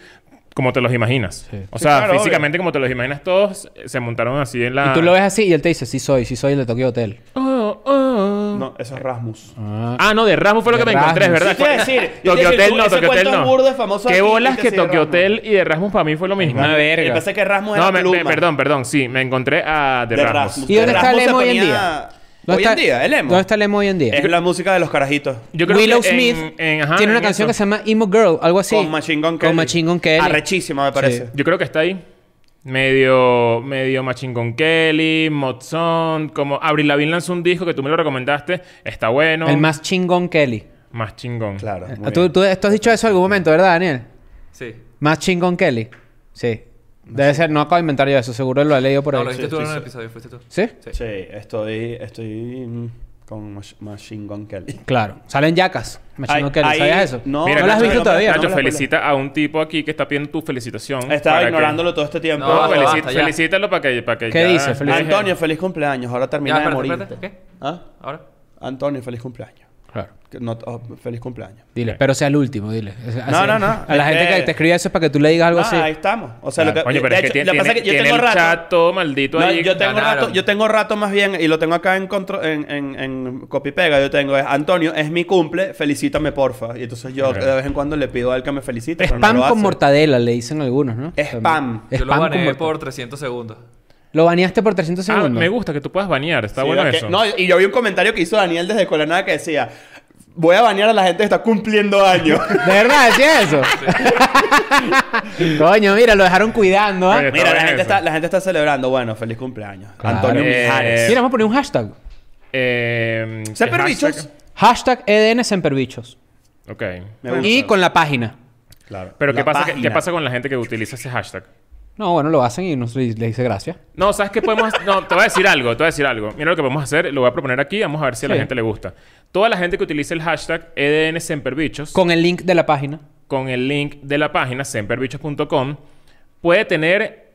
como te los imaginas. O sea,
claro,
físicamente como te los imaginas todos, eh, se montaron así en la...
Y tú lo ves así y él te dice, sí soy, sí soy el de Tokyo Hotel.
Oh, oh.
No, eso es Rasmus.
Ah, no, de Rasmus fue lo
De
que me encontré, es
Rasmus.
verdad.
Sí, quiero decir, yo
Tokyo
quiero decir,
Hotel
tú-
no,
ese
Tokyo Hotel
cuento es
no.
burda de famoso
Qué
aquí,
bolas
que
que
sí, de
Tokyo
Rasmus.
Hotel y de Rasmus para mí fue lo mismo.
Una
Yo
verga.
pensé que Rasmus era
No, me- me-
Pluma.
perdón, perdón. Sí, me encontré a de
De
Rasmus.
Rasmus.
¿Y dónde
De
está el
Rasmus se
emo hoy en
ponía-
día?
Hoy
está,
en día, el emo.
¿Dónde está el emo hoy en día?
Es la música de los carajitos.
Yo creo
Willow
que en-
Smith
en- ajá,
tiene una
en eso.
canción que se llama Emo Girl, algo así.
Con Machine Gun Kelly.
Con Machine Gun Kelly.
Arrechísima, me parece.
Yo creo que está ahí. Medio, medio Machine Gun Kelly, Mozón, como Avril Lavigne lanzó un disco que tú me lo recomendaste, está bueno.
El más chingón Kelly.
Más chingón.
Claro. muy
Eh, ¿Tú,
bien.
tú, tú has dicho eso en algún momento, ¿verdad, Daniel?
Sí.
Más chingón Kelly. Sí. Debe ser, no acabo de inventar yo eso, seguro lo he leído por
No,
ahí.
lo dijiste
sí,
tú en
sí,
un
sí.
episodio, fuiste tú.
¿Sí?
Sí, estoy, estoy mm, con Mach- Machine Gun Kelly.
Claro. Salen yacas. Machine
Ay,
Gun Kelly.
ay,
¿Sabías eso?
no,
¿No
Mira,
lo has
Nacho,
visto
no,
todavía?
no,
Nacho,
no.
felicita a un tipo aquí que está pidiendo tu felicitación.
Estaba
para que-
ignorándolo todo este tiempo.
No,
No,
felici-
basta, ya.
felicítalo para que, para que
¿Qué
ya-
dice? Feliz-
Antonio, feliz cumpleaños. Ahora termina
Ya,
de
espérate,
morir.
espérate. ¿Qué?
¿Ah?
Ahora.
Antonio, feliz cumpleaños.
Claro.
Que no- oh, feliz cumpleaños.
Dile, espero sea el último, dile. Es- así-
no, no.
A la
Es
gente
que-
que te escribe eso es para que tú le digas algo
Ah, ahí
así.
estamos. O sea, lo que,
Coño, pero
de
es que
hecho,
tiene,
lo que pasa es
tiene-
que yo
tiene
tengo
el
rato.
chat todo maldito
No,
ahí.
yo tengo
ganaron.
rato, yo tengo rato más bien, y lo tengo acá en contro- en, en, en copy pega, yo tengo, es, Antonio, es mi cumple, felicítame porfa. Y entonces yo
Ok.
de vez en cuando le pido a él que me felicite. pero no
Spam
lo
con
hace.
mortadela, le dicen algunos, ¿no?
Es spam.
Es
Yo lo
spam con
gané
mortadela.
por 300 segundos.
Lo baneaste por 300
Ah,
segundos. <laughs>
me gusta que tú puedas banear. Está
Sí,
bueno
¿verdad que-
eso.
No, y yo vi un comentario que hizo Daniel desde Colanada que decía, voy a banear a la gente que está cumpliendo
<laughs>
años.
¿De verdad decía eso? <laughs> Coño, mira, lo dejaron cuidando, ¿ah?
Oye,
Mira, la
bueno
gente,
eso.
está, la gente está celebrando, bueno, feliz cumpleaños.
Claro.
Antonio
Eh,
Mijares.
Mira, vamos a poner un hashtag.
Eh,
¿Se
¿qué
perbichos?
hashtag?
Hashtag EDN Semperbichos.
Ok.
Me gusta.
Y con la página.
Claro.
Pero
La
¿qué pasa, qué,
página.
qué pasa con la gente que utiliza ese hashtag?
No, bueno, lo hacen y nos le le dice gracias.
No, ¿sabes qué podemos hacer? No, te voy a decir algo, te voy a decir algo. Mira lo que podemos hacer, lo voy a proponer aquí, vamos a ver si a la
Sí.
gente le gusta. Toda la gente que utilice el hashtag EDN Semperbichos con,
Con el link de la página.
el link de la página semperbichos.com puede tener,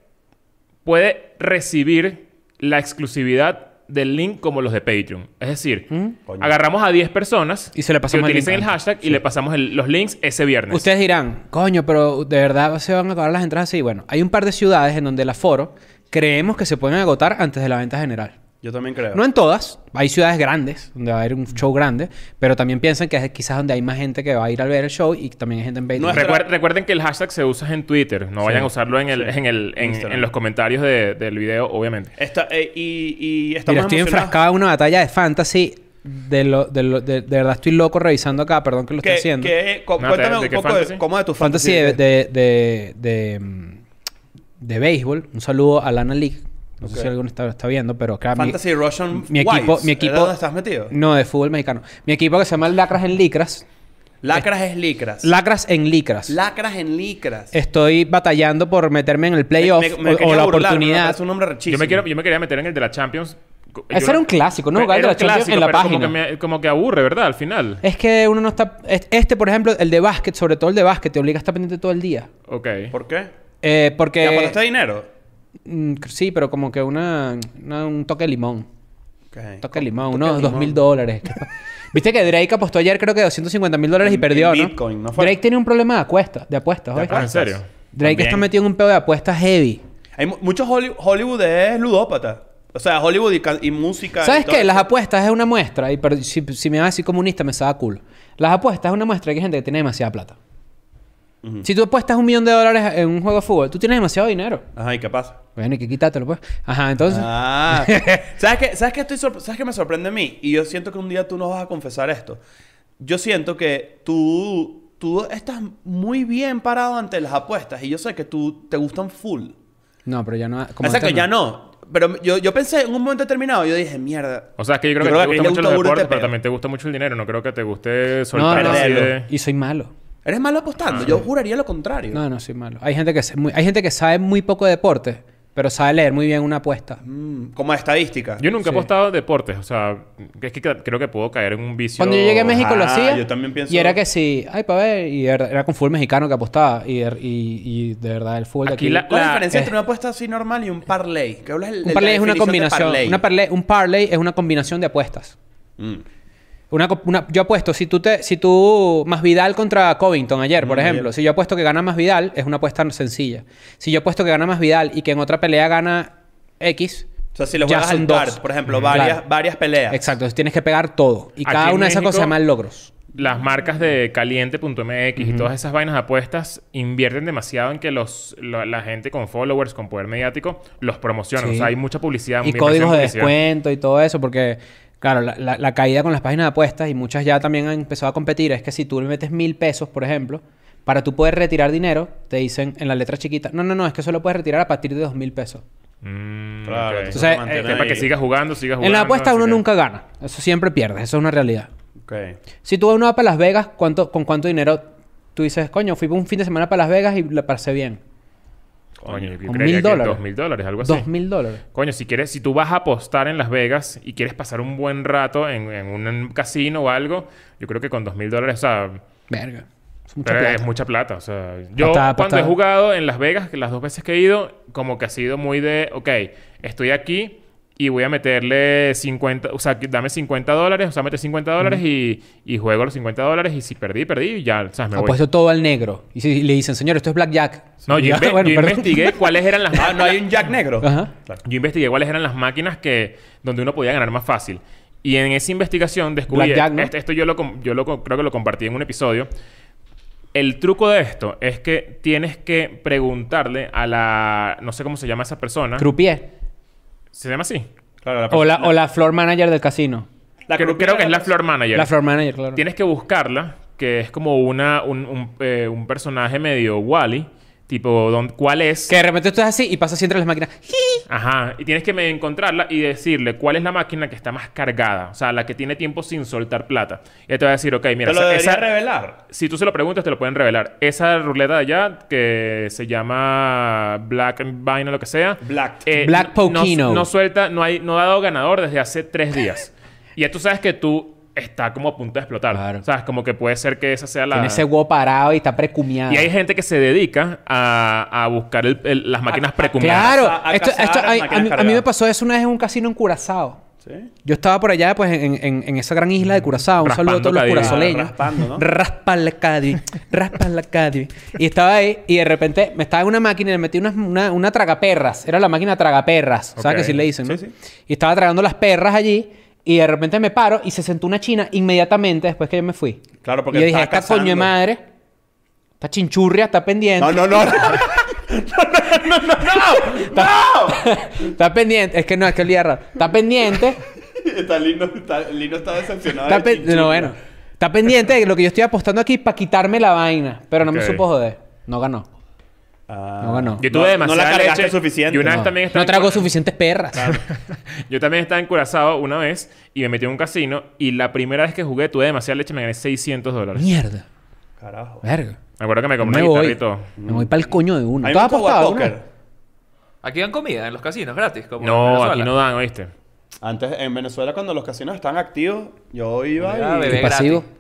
puede recibir la exclusividad del link como los de Patreon. Es decir,
Coño.
agarramos a 10 personas
Mm. Y se le pasamos
que
el
utilicen
link
el,
antes.
hashtag y le pasamos el- los links ese viernes.
Ustedes dirán, coño, pero de verdad se van a acabar las entradas así. Bueno, hay un par de ciudades en donde el aforo creemos que se pueden agotar antes de la venta general.
Yo también creo.
No en todas, hay ciudades grandes donde va a haber un show grande, pero también piensan que es quizás donde hay más gente que va a ir a ver el show y también hay gente en Patreon.
No es-
Recuer- recuerden que el hashtag se usa en Twitter. No vayan a usarlo en, el, en, el, en-
Instagram.
en los comentarios de- del video, obviamente.
Está- eh, y, y estamos
Mira, estoy
emocionados.
enfrascado en una batalla de fantasy. De, lo, de, lo- de, de verdad estoy loco revisando acá, perdón que lo
¿Qué-
estoy haciendo.
qué- cu-
No,
cuéntame
¿de-
un
de qué
poco
fantasy?
de, cómo de tu
Fantasy
fantasy.
de, de, de, de, mm, de béisbol. Un saludo a Lana League. No sé
Ok.
si alguno está, está viendo, pero acá... mi-
Fantasy Russian
mi equipo,
Wives.
mi
¿Es
equipo,
¿Dónde estás metido?
No, de fútbol mexicano. Mi equipo que se llama Lacras en Licras.
Lacras es licras.
Lacras en Licras.
Lacras en licras.
Estoy batallando por meterme en el playoff
Me- me
o- o,
quería
la
burlar, pero me
oportunidad.
parece un nombre rechísimo.
Yo me, quiero, yo me quería meter en el de la Champions. Yo
Ese
no-
era un clásico, ¿no?
Pe-
Jugar el de
era
la
un
Champions en la
pero como
página. Eh,
que me- como que aburre, ¿verdad? Al final.
Es que uno no está... es- Este, por ejemplo, el de básquet, sobre todo el de básquet, te obliga a estar pendiente todo el día.
Ok.
¿Por qué?
Eh,
¿Te
porque...
aportaste dinero?
Mm, sí, pero como que una, una- un toque de limón. Un
Ah,
toque de limón,
Toque de
unos dos
limón.
mil dólares. Viste que Drake apostó ayer creo que 250 mil dólares y
En-
perdió,
en
¿no?
Bitcoin, ¿no fue?
Drake tiene un problema de apuestas, de apuestas,
De
¿oíste?
Ah, ¿En serio?
Drake
También.
está metido en un pedo de apuestas heavy.
Hay mu- muchos Holly- Hollywood es ludópata. O sea, Hollywood y, ca- y música. y
¿Sabes
todo
qué? Las
eso.
apuestas es una muestra. Y per- si, si me vas a decir comunista, me saca culo. Las apuestas es una muestra de que hay gente que tiene demasiada plata. Si tú apuestas un millón de dólares en un juego de fútbol, tú tienes demasiado dinero.
Ajá, ¿y qué pasa?
Bueno, hay que quitártelo, pues. Ajá, entonces.
Ah, <laughs> ¿sabes qué, ¿sabes, qué estoy sorpre- ¿Sabes qué me sorprende a mí? Y yo siento que un día tú nos vas a confesar esto. Yo siento que tú, tú estás muy bien parado ante las apuestas y yo sé que tú te gustan full.
No, pero ya no. como
O sea,
antes
que ya no. Pero yo, yo pensé en un momento determinado, yo dije, mierda.
O sea, es que yo creo
Yo
que
creo
te
que a Karina le
gustan mucho
gusta
los
burda
deportes,
este
pero
pedo.
también te gusta mucho el dinero. No creo que te guste
No,
soltar
no,
así
Perderlo.
de...
Y soy malo.
Eres malo apostando.
Ah.
Yo juraría lo contrario.
No, no soy malo. Hay gente que se- muy- hay gente que sabe muy poco de deporte, pero sabe leer muy bien una apuesta.
Mm, como estadística.
Yo nunca
Sí.
he apostado en deportes. O sea, es que creo que puedo caer en un vicio...
Cuando yo llegué a México lo
Ajá,
hacía.
yo también pienso-
Y era que sí, ay, pa' ver. Y era, era con fútbol mexicano que apostaba. Y, er- y- y de verdad, el fútbol de
Aquí
aquí.
la-
¿Cuál es la
la-
diferencia
eh.
entre una apuesta así normal y un parlay? ¿Qué hablas del-
Un
de la
parlay es una
definición de
combinación.
parlay?
Una parlay- un parlay es una combinación de apuestas.
Mm.
Una, co- una- yo apuesto, si tú, te, si tú más Vidal contra Covington ayer, por
Mm,
ejemplo,
ayer.
si yo apuesto que gana más Vidal, es una apuesta sencilla. Si yo apuesto que gana más Vidal y que en otra pelea gana X,
O sea, si lo
Ya
juegas al
son dos.
dart, por ejemplo, varias,
Claro.
varias peleas.
exacto, entonces tienes que pegar todo. Y
Aquí
cada
en
una de esas
México-
cosas se llaman logros.
las marcas de caliente.mx y todas esas vainas de apuestas invierten demasiado en que los la, la gente con followers, con poder mediático, los promocionan.
Sí.
O sea, hay mucha publicidad.
Y
inversión en
códigos de
publicidad.
descuento y todo eso, porque, claro, la, la- la caída con las páginas de apuestas y muchas ya también han empezado a competir es que si tú le metes mil pesos, por ejemplo, para tú poder retirar dinero, te dicen en la letra chiquita, no, no, no, es que solo puedes retirar a partir de dos mil pesos.
Mm,
Claro,
ok.
entonces
Entonces,
te
eh,
mantiene
Que Este, para
ahí.
que sigas jugando, sigas jugando.
En la apuesta
así
uno
que-
nunca gana. Eso siempre pierdes. Eso es una realidad.
Ok.
Si tú uno va para Las Vegas, ¿cuánto, ¿con cuánto dinero tú dices, coño, fui un fin de semana para Las Vegas y la pasé bien?
Coño, yo
Con
creería
mil
que
dólares.
Dos mil dólares, algo así.
Dos mil dólares.
Coño, si quieres, si tú vas a apostar en Las Vegas y quieres pasar un buen rato en, en un casino o algo, yo creo que con dos mil dólares, o sea,
Verga. Es mucha
Pero
plata.
Es mucha plata. O sea, yo
Patada,
cuando
patada.
he jugado en Las Vegas, que las dos veces que he ido, como que ha sido muy de, ok, estoy aquí y voy a meterle 50, o sea, que dame 50 dólares, o sea, mete 50 dólares y, y juego los 50 dólares y si perdí, perdí y ya, o sea, me
Ha
voy.
puesto todo al negro. Y si le dicen, señor, esto es blackjack.
No,
Y
yo,
ya,
inve-
<laughs> bueno,
yo
perdón.
investigué cuáles eran las
Ah, no
<laughs>
hay un Jack negro.
Ajá.
Yo investigué cuáles eran las máquinas que donde uno podía ganar más fácil. Y en esa investigación descubrí
Blackjack, ¿no?
este- esto yo lo com- yo lo co- creo que lo compartí en un episodio. El truco de esto es que tienes que preguntarle a la no sé cómo se llama esa persona.
Croupier.
¿Se llama así?
Claro, la
O la,
persona-
o la floor manager del casino.
la
creo,
croupier
creo que es la floor manager.
La floor manager, claro.
Tienes que buscarla, que es como una un, un, eh, un personaje medio Wally, tipo don- ¿cuál es?
Que de repente tú estás así y pasas así entre las máquinas.
Ajá, y tienes que me- encontrarla y decirle cuál es la máquina que está más cargada, o sea, la que tiene tiempo sin soltar plata. Y él te va a decir, ok, mira,
Te lo
esa-
debería
esa-
revelar.
si tú se lo preguntas, te lo pueden revelar. Esa ruleta de allá, que se llama Black Vine o lo que sea. eh,
Black.
Black
no-
Poquino.
No, suelta, no, hay, no ha dado ganador desde hace tres días. y ya tú sabes que tú está como a punto de explotar.
Claro.
¿Sabes? Como que puede ser que esa sea la...
Tiene ese huevo parado y está precumiado.
Y hay gente que se dedica a, a buscar el- el- las máquinas precumidas.
Claro,
A- a
esto,
cazar
esto-
las
ay, a,
máquinas
mí, a mí
cargadas.
me pasó eso una vez en un casino en Curazao.
¿Sí?
Yo estaba por allá, pues, en, en- en esa gran isla de Curazao. Un saludo a todos los
Raspando
Cadivi.
curazaoleños.
Mm, Raspando, ¿no?
Raspa la Cadivi. Raspa la Cadivi. Y estaba ahí y de repente me estaba en una máquina y le metí unas- una, una tragaperras. Era la máquina tragaperras. ¿Sabes
Ok.
qué sí le dicen, no?
Sí, sí.
Y estaba tragando las perras allí y de repente me paro y se sentó una china inmediatamente después que yo me fui.
Claro, porque
Y yo dije,
estaba
esta coño de
cazando".
madre... Esta chinchurria está pendiente.
No, no, no. <laughs> no.
<laughs> Está pendiente. Es que no, es que olía raro. Está pendiente.
está Lino, está, Lino está decepcionado.
Está
de
pen-
Chinchurria.
no, bueno. Está pendiente de lo que yo estoy apostando aquí para quitarme la vaina. Pero no
Ok.
me supo joder. No ganó.
Ah.
No ganó.
Yo tuve
No- no
demasiada
la cargaste
leche.
suficiente.
Yo una
no
vez también estaba
no
en
tragó
Cura-
suficientes perras.
<laughs> Yo también estaba en Curazao una vez y me metí en un casino y la primera vez que jugué tuve demasiada leche y me gané 600 dólares.
Mierda.
Carajo.
Verga.
Me acuerdo que me compré
Me
una guitarra y
voy.
todo.
Me voy para el coño de uno.
A mí
¿Tú
me
has
gusta jugar
apostado alguna
póker.
vez?
Aquí dan comida en los casinos gratis. Como en
No,
Venezuela.
aquí no dan, ¿oíste?
Antes, en Venezuela, cuando los casinos estaban activos, yo iba
Ah,
y...
bebé.
Y pasivo.
gratis.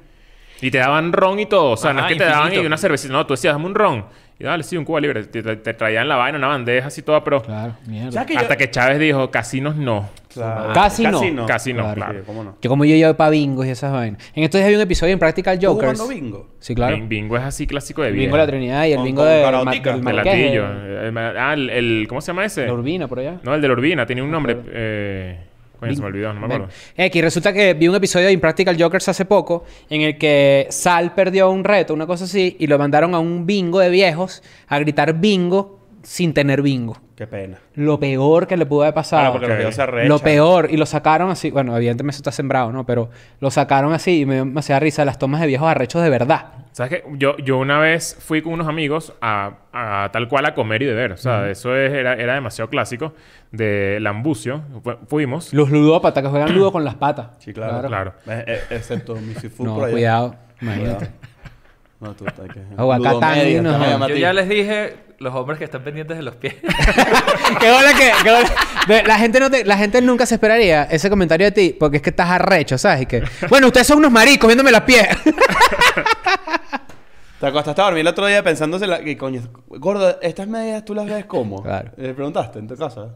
Y te daban ron y todo. O sea, no es
Ajá,
que te daban y
infinito.
una cervecita. No, tú decías, dame un ron. Y dale, sí, un cuba libre. Te, te- te traían la vaina, una bandeja así toda, pero...
Claro, mierda.
¿Sabes que yo-
Hasta que Chávez dijo, casinos no.
Claro.
Casi no.
Casino.
Casi no,
Claro.
claro.
Sí, ¿Cómo no?
Yo como yo llevo para bingos y esas vainas. En estos días había un episodio en Practical
¿Tú
Jokers.
jugando bingo?
Sí, claro.
Bing- Bingo es así clásico de
El
vida.
bingo de la Trinidad y el
Con-
bingo
con
de
Carotica.
del
De
Marqués,
latillo.
de-
Eh, eh, Ah, el, el- ¿Cómo se llama ese?
La Urbina, por allá.
No, el de la Urbina. Tenía un nombre. eh, Coño, se me olvidó, no me acuerdo.
X, resulta que vi un episodio de Impractical Jokers hace poco en el que Sal perdió un reto, una cosa así, y lo mandaron a un bingo de viejos a gritar bingo sin tener bingo.
Qué pena.
Lo peor que le pudo haber pasado.
Claro, porque los
ok.
videos se arrechan.
Lo peor, y lo sacaron así, bueno, evidentemente eso está sembrado, ¿no? Pero lo sacaron así y me, me hacía risa las tomas de viejos arrechos de verdad.
¿Sabes qué? Yo, yo una vez fui con unos amigos a, a tal cual a comer y beber. O sea, eso es- era, era demasiado clásico. De Lambucio. Fu- Fuimos.
Los ludópatas que juegan ludo con las patas.
Sí, claro.
Claro.
Eh, eh, Excepto mi Sifu
No,
por allá.
cuidado. Imagínate.
Cuidado. No, tú estás que...
Aguacatán,
Ludomedia,
no.
está más
Yo ya
llamativo.
les dije los hombres que están pendientes de los pies. <laughs>
qué bola que. qué bola- de- La gente, no te- la gente nunca se esperaría ese comentario de ti porque es que estás arrecho, ¿sabes? Y que, bueno, ustedes son unos maricos viéndome las pies. <laughs>
Te acostaste a dormir el otro día pensándose la... que coño, gordo, estas medias tú las ves cómo?
Claro.
Le preguntaste en tu casa.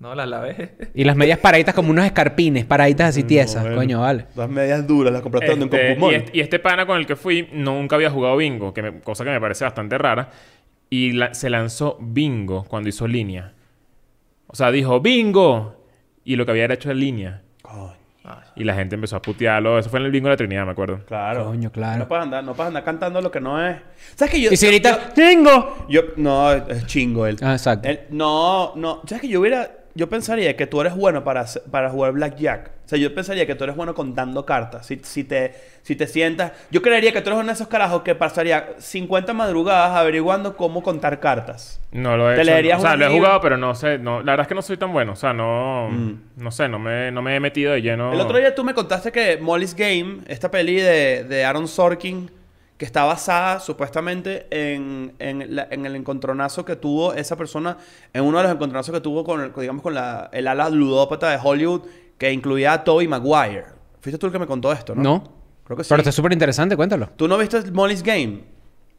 No, las lavé.
y las medias paraditas como unos escarpines, paraditas así tiesas. Coño, vale.
Las medias duras las compraste donde
Este,
en Concumón.
y, este, y este pana con el que fui nunca había jugado bingo, que me- cosa que me parece bastante rara. Y la- se lanzó bingo cuando hizo línea. O sea, dijo bingo. Y lo que había era hecho era línea.
Coño.
Y la gente empezó a putearlo. Eso fue en el bingo de la Trinidad, me acuerdo.
Claro.
Coño, claro.
No puedes andar, no puedes andar cantando lo que no es. ¿Sabes que yo
Y si
yo-
ahorita, ¡Tengo!
yo, yo- no, es chingo él.
Ah, exacto.
Él- no, no, sabes que yo hubiera yo pensaría que tú eres bueno para hacer- para jugar blackjack. O sea, yo pensaría que tú eres bueno contando cartas. Si, si te si te sientas, yo creería que tú eres uno de esos carajos que pasaría 50 madrugadas averiguando cómo contar cartas.
No lo he
Te
hecho.
leerías
O sea,
un
lo he
libro. Mm.
jugado, pero no sé. No, la verdad es que no soy tan bueno. O sea, no. No sé, no me, no me he metido de lleno.
El
Oh.
otro día tú me contaste que Molly's Game, esta peli de, de Aaron Sorkin, que está basada supuestamente en, en la- en el encontronazo que tuvo esa persona, en uno de los encontronazos que tuvo con, el- con, digamos, con la, el ala ludópata de Hollywood, que incluía a Tobey Maguire. Fuiste tú el que me contó esto, ¿no?
No.
Creo que sí.
Pero está súper interesante, cuéntalo.
¿Tú no viste Molly's Game?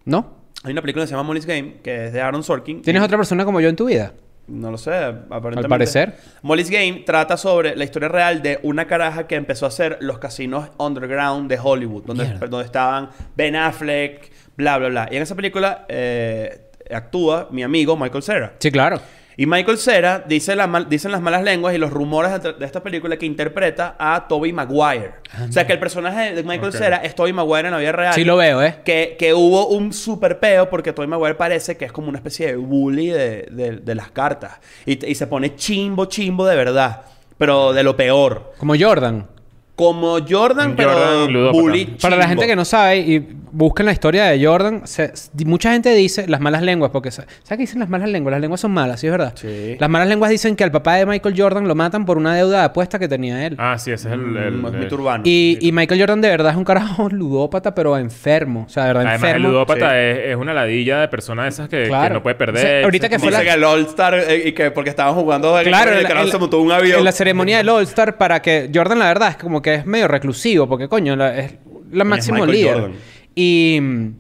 ¿No?
Hay una película que se llama Molly's Game, que es de Aaron Sorkin.
¿Tienes
Y-
otra persona como yo en tu vida?
no lo sé, aparentemente.
Al parecer.
Molly's Game trata sobre la historia real de una caraja que empezó a hacer los casinos underground de Hollywood, donde,
Mierda.
donde estaban Ben Affleck, bla, bla, bla. Y en esa película eh, actúa mi amigo Michael Cera.
Sí, claro.
Y Michael Cera dice la mal- dicen las malas lenguas y los rumores de, de esta película que interpreta a Toby Maguire. o sea, que el personaje de Michael
Ok.
Cera es Toby Maguire en la vida real.
Ah, Sí lo veo, ¿eh?
Que, que hubo un super peo porque Tobey Maguire parece que es como una especie de bully de, de- de las cartas. Y, te- y se pone chimbo, chimbo de verdad. Pero de lo peor.
Como Jordan.
Como Jordan, pero
Jordan, ludópata.
bully
Para la
chimbo.
gente que no sabe y busquen la historia de Jordan, se- s- mucha gente dice las malas lenguas, porque sa- ¿sabes qué dicen las malas lenguas? Las lenguas son malas, ¿sí es verdad?
Sí.
Las malas lenguas dicen que al papá de Michael Jordan lo matan por una deuda de apuesta que tenía él.
Ah, sí, ese es el. el-
Mm, es
el-
mito urbano.
y, y Michael Jordan de verdad es un carajo <laughs> ludópata, pero enfermo. O sea, de verdad,
Además, el
enfermo.
ludópata es, es una ladilla de personas esas que, que
Claro.
no puede perder.
O sea, ahorita
Es
que
como-
fue la-
Dice que el All-Star eh, y que porque estaban jugando el-
Claro,
el,
en la-
carajo
en la-
se montó un avión.
En la ceremonia del All-Star para que Jordan, la verdad, es como que es medio reclusivo, porque coño, la- es la máximo
Michael
líder.
Jordan.
Y mm,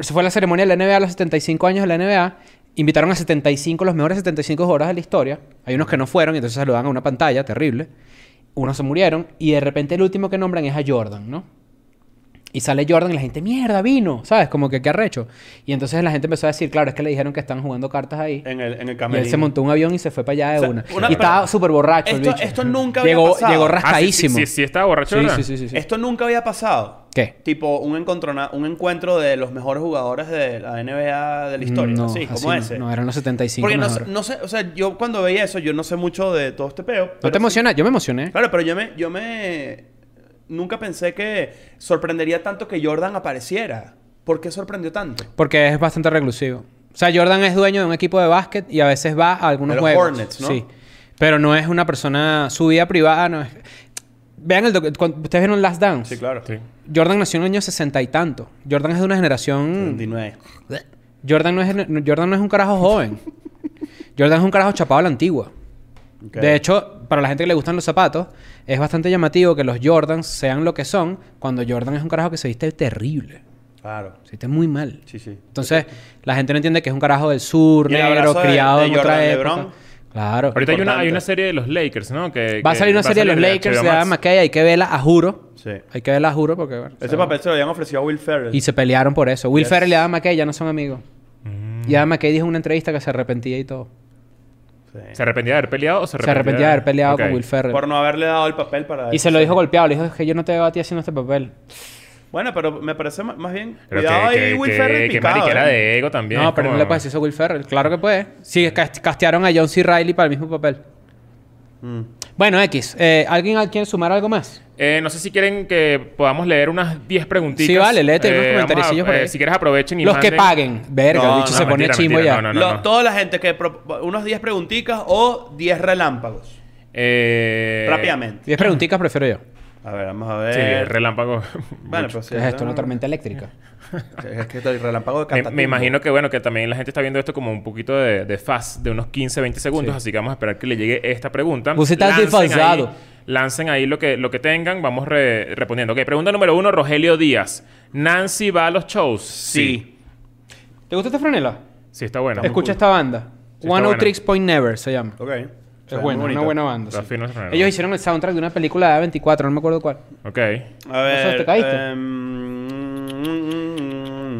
se fue a la ceremonia de la NBA a los 75 años de la NBA. Invitaron a 75, los mejores 75 jugadores de la historia. Hay unos que no fueron, y entonces se lo dan a una pantalla, terrible. Unos se murieron, y de repente el último que nombran es a Jordan, ¿no? Y sale Jordan y la gente, mierda, vino, ¿sabes? Como que qué arrecho. Y entonces la gente empezó a decir, claro, es que le dijeron que están jugando cartas ahí.
En el, en el
Y
camerino.
él se montó un avión y se fue para allá de
O sea,
una.
una-
Y estaba
pero-
súper borracho. el
Esto-
bicho.
esto nunca había
llegó,
pasado.
Llegó
Ah, sí,
Ah, sí, sí,
rascadísimo.
sí, sí, estaba borracho,
Sí,
¿verdad?
sí, sí, sí, sí.
Esto nunca había pasado.
¿Qué?
Tipo un, encontrona- un encuentro de los mejores jugadores de la NBA de la historia.
No,
así,
así
como
no,
ese.
no, eran los 75
Porque no, sé-
mejor.
no sé, o sea, yo cuando veía eso, yo no sé mucho de todo este peo.
¿No
pero
te emocionas? Yo me emocioné.
sí- Claro, pero yo me, yo me. Nunca pensé que sorprendería tanto que Jordan apareciera. ¿Por qué sorprendió tanto?
Porque es bastante reclusivo. O sea, Jordan es dueño de un equipo de básquet y a veces va a algunos
De los
juegos.
Hornets, ¿no?
Sí. Pero no es una persona... Su vida privada no es... Vean el... docu- cuando- ¿Ustedes vieron Last Dance?
claro.
Sí.
Jordan nació en el año 60 y tanto. Jordan es de una
Mm.
generación...
29.
Jordan no, es, no- Jordan no es un carajo
<laughs>
joven. Jordan es un carajo chapado a la antigua.
Ok.
De hecho, para la gente que le gustan los zapatos, es bastante llamativo que los Jordans sean lo que son cuando Jordan es un carajo que se viste terrible.
Claro.
Se viste muy mal.
Sí, sí.
Entonces, la gente no entiende que es un carajo del sur,
Y el
negro,
abrazo de-
criado
de
en otra
Jordan
época.
LeBron.
Claro.
Ahorita hay una, hay
Importante.
una serie de los Lakers, ¿no? Que,
Va a
que-
salir una serie de los Lakers de
HBO
Adam
Max.
McKay. Hay que verla, a juro.
Sí.
Hay que verla, a juro, porque... bueno,
Ese
sabemos.
papel se lo habían ofrecido a Will Ferrell.
Y se pelearon por eso. Will
Yes.
Ferrell y Adam McKay ya no son amigos. Y Adam McKay dijo en una entrevista que se arrepentía y todo.
¿Se arrepentía de haber peleado o se
Se
arrepentía,
arrepentía de haber peleado
Ok.
con Will Ferrell.
Por no haberle dado el papel para...
Y se lo dijo golpeado. Le dijo, es que yo no te veo a ti haciendo este papel.
Bueno, pero me parece ma- más bien...
Pero
cuidado
que,
ahí,
que-
Will
que-
Ferrell
que
picado.
mariquera
¿eh?
de ego también.
No, pero no
como-
le puedes decir eso a Will Ferrell. Claro que puede. Sí, cas- castearon a John C. Riley para el mismo papel.
Mm.
Bueno, X. eh, ¿Alguien al- quiere sumar algo más?
Eh, no sé si quieren que podamos leer unas 10 preguntitas. Eh,
Sí, vale, léete unos
vamos a-
comentaricillos por ahí.
Si quieres aprovechen y
Los que
manden-
paguen. Verga,
No,
el bicho
no,
se pone
mentira,
chimo
mentira,
ya.
no, no.
Lo- Toda la gente que... pro- Unos 10 preguntitas o 10 relámpagos.
Eh,
Rápidamente.
Diez preguntitas prefiero yo.
A ver, vamos a
Sí,
ver.
relámpago. <laughs>
Bueno, pues
¿Qué es esto? ¿Una tormenta eléctrica?
Es que el relámpago de
Me,
Catatumbo.
me imagino que, bueno, que también la gente está viendo esto como un poquito de, de fast, de unos 15, 20 segundos.
Sí.
Así que vamos a esperar que le llegue esta pregunta.
Vos estás
Lancen ahí-
desfasado.
Lancen ahí lo que, lo que tengan. Vamos re- respondiendo. Ok, pregunta número uno, Rogelio Díaz. ¿Nancy va a los shows?
Sí.
¿Te gusta esta franela?
Sí, está bueno.
Escucha esta banda.
Sí, está
One O
buena.
Tricks Point Never se llama.
Ok.
Es buena, una buena banda.
Está
sí.
fino esa franela.
Ellos hicieron el soundtrack de una película de A24, no me acuerdo cuál.
Ok.
A
O sea,
ver.
¿te caíste?
em,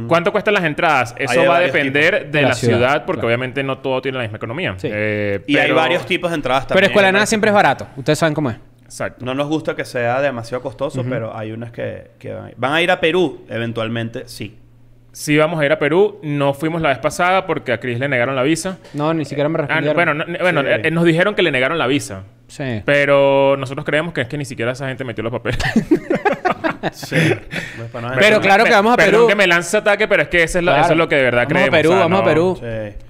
¿Cuánto cuestan las entradas? Eso
Hay de
va a
varios
depender de
La
la,
ciudad,
ciudad, porque
claro.
obviamente no todo tiene la misma economía.
Sí.
Eh,
Y hay
pero-
varios tipos de entradas también.
Pero Escuela de Nada siempre es barato. Ustedes saben cómo es.
Exacto.
No nos gusta que sea demasiado costoso, pero hay unas que, que van a ir. Van a ir a Perú, eventualmente, sí.
Si vamos a ir a Perú, no fuimos la vez pasada porque a Chris le negaron la visa.
No, ni siquiera me
Ah,
respondieron.
bueno, no- bueno
Sí.
eh, nos dijeron que le negaron la visa.
Sí.
Pero nosotros creemos que es que ni siquiera esa gente metió los papeles.
Sí.
Pero
Perdón,
claro
me-
que vamos a
Perdón
Perú.
que me lanza ataque, pero es que eso es, lo-
Claro.
eso es lo que de verdad
Vamos a
creemos.
Perú,
o sea,
vamos a
no-
Perú.
Sí.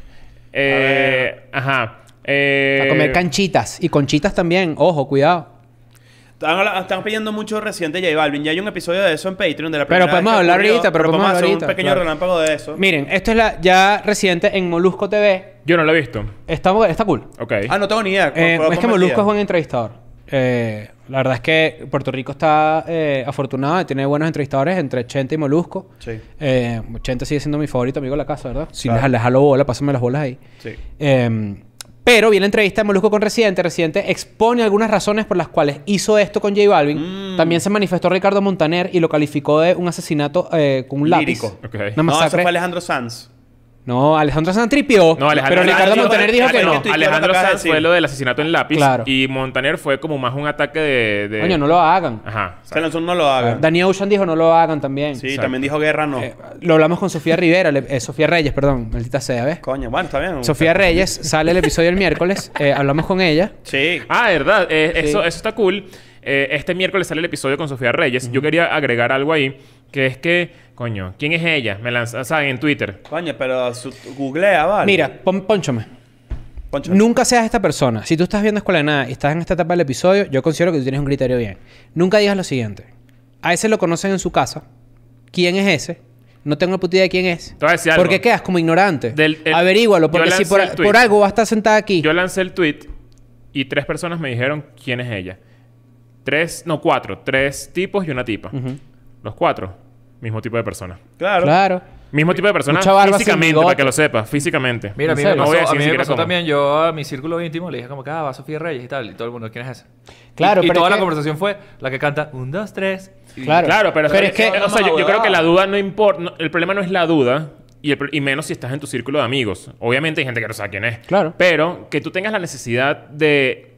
Eh, ajá. Eh,
A comer canchitas. Y conchitas también. Ojo, cuidado.
Están, habla- están pidiendo mucho reciente J Balvin. Ya hay un episodio de eso en Patreon de la
Pero
primera
podemos
vez que
hablar
ocurrió,
ahorita, pero podemos
hacer
hablar
un
ahorita,
pequeño
claro.
relámpago de eso.
Miren, esto es la ya reciente en Molusco TV.
Yo no lo he visto.
Está, bu- está cool.
Ok.
Ah, no tengo ni idea.
Eh,
¿Cuál- cuál fue
es que
el día?
Molusco es buen entrevistador. Eh, la verdad es que Puerto Rico está eh, afortunado y tiene buenos entrevistadores entre Chente y Molusco.
Sí.
Eh, Chente sigue siendo mi favorito amigo de la casa, ¿verdad? Si
Claro.
les, les jalo bola, pásame las bolas ahí.
Sí.
Eh, pero viene la entrevista de Molusco con Residente. Residente expone algunas razones por las cuales hizo esto con J Balvin. También se manifestó Ricardo Montaner y lo calificó de un asesinato eh, con un lápiz.
Lírico.
Ok.
Una
No, eso
masacre.
fue Alejandro Sanz.
No, Alejandro Sanz tripió.
No, Alejandro
pero Ricardo
Sanz-
Montaner dijo que
Espérate,
no.
tuiteó lo
Alejandro
que acabas de
Sanz
decir.
fue lo del asesinato en lápiz.
Claro.
Y Montaner fue como más un ataque de. de-
Coño, no lo hagan.
Ajá.
Se lanzó un no lo haga.
Danny Ocean dijo no lo hagan también.
Sí,
Exacto.
también dijo guerra no.
Ah, Eh, lo hablamos con Sofía Rivera, le- eh, Sofía Reyes, perdón, maldita sea, ¿ves?
Coño, bueno, está bien.
Sofía Reyes sale el episodio el miércoles, eh, hablamos con ella.
Sí.
Ah, verdad. Eh,
Sí.
eso, eso está cool. Eh, este miércoles sale el episodio con Sofía Reyes. Yo quería agregar algo ahí, que es que, coño, ¿quién es ella? Me lanzan, ¿saben? En Twitter.
Coño, pero su- googlea, vale.
Mira, pon, ponchome.
Poncho.
Nunca seas esta persona. Si tú estás viendo Escuela de Nada y estás en esta etapa del episodio, yo considero que tú tienes un criterio bien. Nunca digas lo siguiente. A ese lo conocen en su casa. ¿Quién es ese? No tengo puta idea de quién es.
voy a decir algo.
Porque quedas como ignorante.
Del- el-
Averígualo,
yo
porque si
lancé
por,
el tweet.
por algo vas a estar sentada aquí.
Yo lancé el tweet y tres personas me dijeron quién es ella. Tres, no, cuatro. Tres tipos y una tipa. Los cuatro, mismo tipo de persona.
Claro.
Claro.
Mismo tipo de persona
Mucha barba sin
físicamente,
bigote.
para que lo sepas, físicamente.
Mira, a mí
¿En
me
serio?
No
pasó,
voy a
a
decir ni
mí me
siquiera
pasó
cómo.
también. Yo a mi círculo íntimo le dije como que ah, va Sofía Reyes y tal. Y todo el mundo, ¿quién es ese?
Claro,
y, y
pero
toda
es
la
que-
conversación fue la que canta un, dos, tres. Y-
Claro.
Claro, pero, eh,
Pero es que-
o sea, yo, yo creo que la duda no importa. no- el problema no es la duda. Y, el pro- y menos si estás en tu círculo de amigos. Obviamente hay gente que no sabe quién es.
Claro.
Pero que tú tengas la necesidad de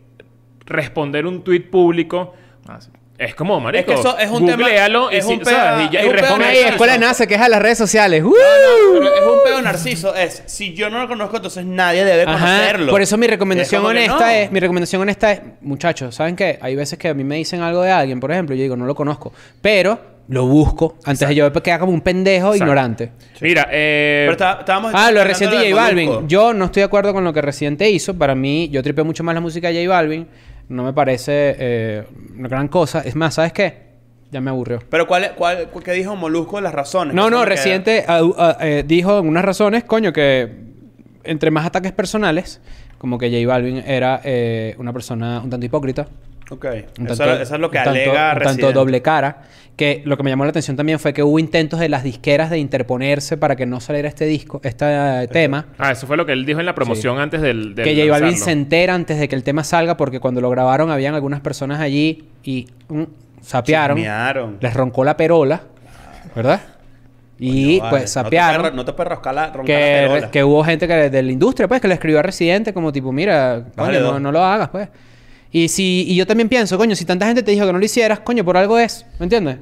responder un tuit público
Ah, sí.
es como, marico,
que eso es un tema-
googléalo y,
es
si-
un
o sea,
peo-
y ya-
es
y
un peo
responde
Pon
Pero
ahí,
eso-
Escuela de Nada se queja en las redes sociales. ¡Uh!
Pero es un pedo narciso. Es, si yo no lo conozco, entonces nadie debe
Ajá.
conocerlo.
Por eso mi
Es
recomendación
como que
honesta
no.
es, mi recomendación honesta es, muchachos, ¿saben qué? Hay veces que a mí me dicen algo de alguien, por ejemplo, yo digo, no lo conozco, pero lo busco antes de yo quedar como un pendejo
Exacto.
ignorante.
Mira, eh,
Pero está- estábamos
Ah, lo
hablando
reciente
de
J Balvin.
Molusco.
Yo no estoy de acuerdo con lo que reciente hizo. Para mí, yo tripeo mucho más la música de J Balvin. No me parece eh, una gran cosa. Es más, ¿sabes qué? Ya me aburrió.
Pero ¿cuál, es- cuál, cuál- ¿qué dijo Molusco de las razones?
No,
Eso
no,
me queda.
reciente au- a- eh, dijo en unas razones, coño, que entre más ataques personales, como que J Balvin era eh, una persona un tanto hipócrita.
Ok.
un
Eso,
tanto-
eso es lo que
un tanto-
alega
un
reciente.
tanto doble cara. Que lo que me llamó la atención también fue que hubo intentos de las disqueras de interponerse para que no saliera este disco, este eh, tema.
ah, eso fue lo que él dijo en la promoción antes del, del
Que J Balvin se
lanzarlo.
entera antes de que el tema salga porque cuando lo grabaron habían algunas personas allí y mm, sapearon.
Chismearon.
Les roncó la perola, ¿verdad?
Vale,
Y pues
no te puedes
sapearon
ro- No te puedes roscar la roncar la
que,
perola.
que hubo gente que, de la industria, pues, que le escribió a Residente como tipo, mira,
Vale,
coño, no,
dos.
no lo hagas, pues. Y si y yo también pienso, coño, si tanta gente te dijo que no lo hicieras, coño, por algo es, ¿me entiendes?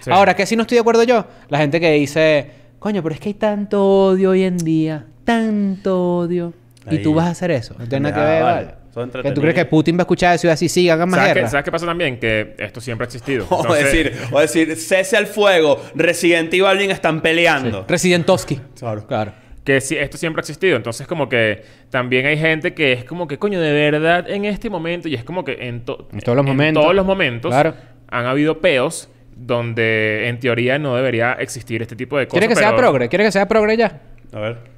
Sí.
Ahora, que si no estoy de acuerdo yo? La gente que dice, coño, pero es que hay tanto odio hoy en día, tanto odio.
Ahí.
Y tú vas a hacer eso. No tiene nada
Ya,
que ver,
vale.
vale.
Eso es
Que tú crees que
entretenido.
Putin va a escuchar eso y va a decir, sí, hagan más
¿Sabes qué,
guerra.
sabes qué pasa también? Que esto siempre ha
<laughs>
existido.
O
Entonces,
decir, o decir, cese el fuego, Resident y Balvin están peleando.
Residentovsky.
Claro.
Claro.
Que sí, esto siempre ha existido. Entonces, como que también hay gente que es como que, coño, de verdad, en este momento, y es como que en, to-
En todos los momentos.
todos los momentos
Claro.
han habido peos donde en teoría no debería existir este tipo de cosas.
¿Quieres que sea
pero-
progre? ¿Quieres que sea progre ya?
A ver.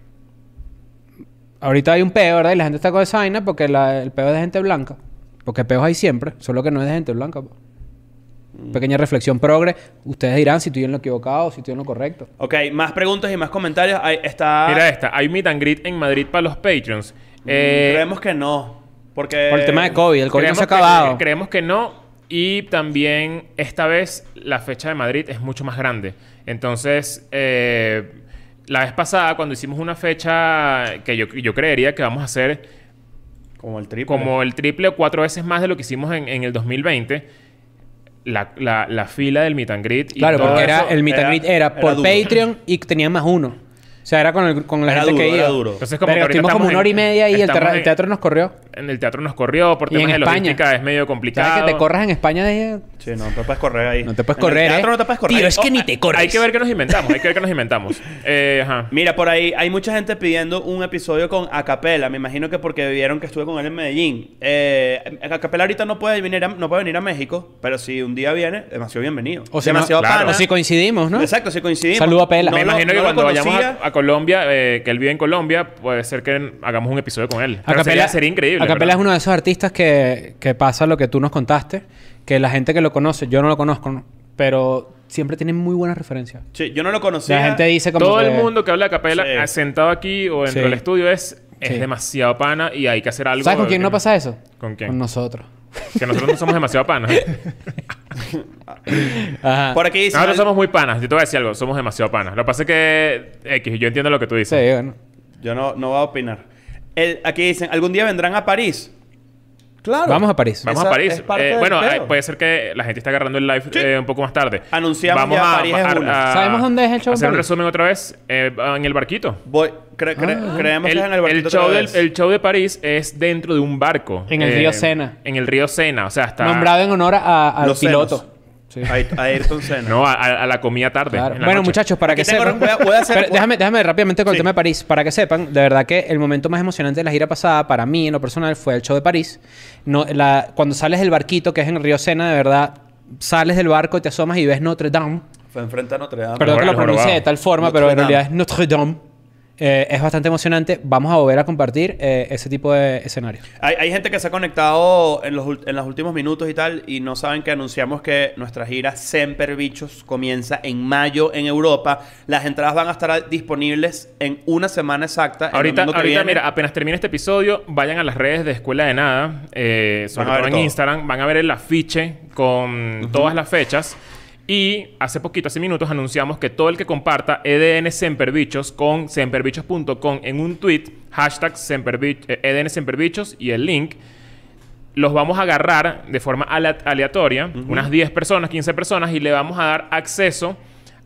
Ahorita hay un peo, ¿verdad? Y la gente está con esa vaina porque la- el peo es de gente blanca. Porque peos hay siempre, solo que no es de gente blanca. po.
Mm.
Pequeña reflexión progre. Ustedes dirán si estoy en lo equivocado o si estoy en lo correcto.
Ok, más preguntas y más comentarios. Ahí está.
este.
Mira esta, hay un meet and greet en Madrid para los Patreons. Eh,
Mm, Creemos que no. Porque.
Por el tema de COVID, el COVID no
creemos
se ha
que-
acabado.
creemos que no. Y también esta vez la fecha de Madrid es mucho más grande. Entonces, eh, la vez pasada, cuando hicimos una fecha que yo, yo creería que vamos a hacer
Como el triple.
como el triple o cuatro veces más de lo que hicimos en, en el 2020. La, la- la fila del meet and greet y
claro,
todo
porque era,
eso.
el meet and
era-
greet era
era
por
duro.
Patreon y tenía más uno. O sea, era con, el- con la
Era
gente
duro,
que iba.
era duro.
Entonces, como
Verga,
que ahorita
estuvimos como
estamos
una hora y
en-
media y el,
estamos
terra-
en-
el teatro nos corrió.
En el teatro nos corrió por
Y en
temas de
España.
logística, es medio
¿Sabes
complicado.
que te corras en España? de-
Sí, no, no te puedes correr ahí.
No te puedes
En el
correr,
teatro
¿eh?
no te puedes correr.
Tío, es que
Oh,
ni
ah,
te corres.
Hay que ver que nos inventamos, hay que ver que nos
<laughs>
inventamos. Eh, ajá.
Mira, por ahí hay mucha gente pidiendo un episodio con Acapela. Me imagino que porque vieron que estuve con él en Medellín. Eh, Acapela ahorita no puede, venir a, no puede venir a México, pero si un día viene, demasiado bienvenido.
O si, no-
demasiado
claro,
pana.
o si coincidimos, ¿no?
Exacto, si coincidimos.
Saludo a Pela.
No
Me
lo-
imagino
no
que
lo
cuando vayamos
conocía.
a, a Colombia, eh, que él vive en Colombia, puede ser que hagamos un episodio con él. Pero sería, sería increíble.
Acapela
¿verdad?
es uno de esos artistas que, que pasa lo que tú nos contaste, que la gente que lo conoce, yo no lo conozco, ¿no? pero siempre tienen muy buenas referencias.
Sí, yo no lo conocía.
La gente dice como
ah, Todo
que-
el mundo que habla de Acapela,
Sí.
eh, sentado aquí o dentro
Sí.
del estudio, es, es
Sí.
demasiado pana y hay que hacer algo.
¿Sabes con quién
que-
no pasa eso?
¿Con quién?
Con nosotros.
Que nosotros no somos demasiado
<laughs>
panas.
Ajá.
Por aquí dice.
Nosotros somos muy panas. Yo te voy a decir algo. Somos demasiado panas. Lo que pasa es que... X, yo entiendo lo que tú
Sí,
dices.
bueno.
Yo no, no voy a opinar. El- aquí dicen, ¿algún día vendrán a París? Claro.
Vamos a París.
Vamos
Esa
a París.
es parte
Eh,
del
bueno,
peo.
eh, puede ser que la gente está agarrando el live eh, un poco más tarde.
Anunciamos ya París es uno.
¿Sabemos dónde es el show en
Hacer un
París?
resumen otra vez. eh, en el barquito.
Voy, cre- cre- creemos que es en el barquito
show
otra
del,
vez.
el show de París es dentro de un barco. Eh,
En el río Sena.
En el río Sena. O sea, está...
Nombrado en honor a- al
Los
piloto. Sí.
Ay- Ayrton Senna.
No, a, a- a la comida tarde.
Claro.
en la
Bueno,
noche.
muchachos, para
Aquí
que
tengo-
sepan.
voy a- voy a hacer-
Pero
voy a-
déjame, déjame rápidamente con
Sí.
el tema de París. Para que sepan, de verdad que el momento más emocionante de la gira pasada, para mí en lo personal, fue el show de París. No, la- cuando sales del barquito, que es en el río Sena, de verdad, sales del barco, te asomas y ves Notre Dame.
Ah,
Fue enfrente a Notre Dame.
Perdón
Mejor
que lo
el
pronuncie
jorobado.
de tal forma,
Notre
pero en
Dame.
realidad es Notre Dame. Eh, es bastante emocionante. Vamos a volver a compartir eh, ese tipo de escenarios.
Hay, hay gente que se ha conectado en los, ul- en los últimos minutos y tal y no saben que anunciamos que nuestra gira Semper Bichos comienza en mayo en Europa. Las entradas van a estar a- disponibles en una semana exacta. el
Ahorita,
domingo que
ahorita
viene.
mira, apenas termine este episodio, vayan a las redes de Escuela de Nada, eh, sobre
Van a ver
todo en
todo.
Instagram, van a ver el afiche con todas las fechas. Y hace poquito, hace minutos, anunciamos que todo el que comparta EDN Semperbichos con semperbichos.com en un tweet, hashtag Semperbich- eh, EDN Semperbichos y el link, los vamos a agarrar de forma ala- aleatoria, unas 10 personas, 15 personas, y le vamos a dar acceso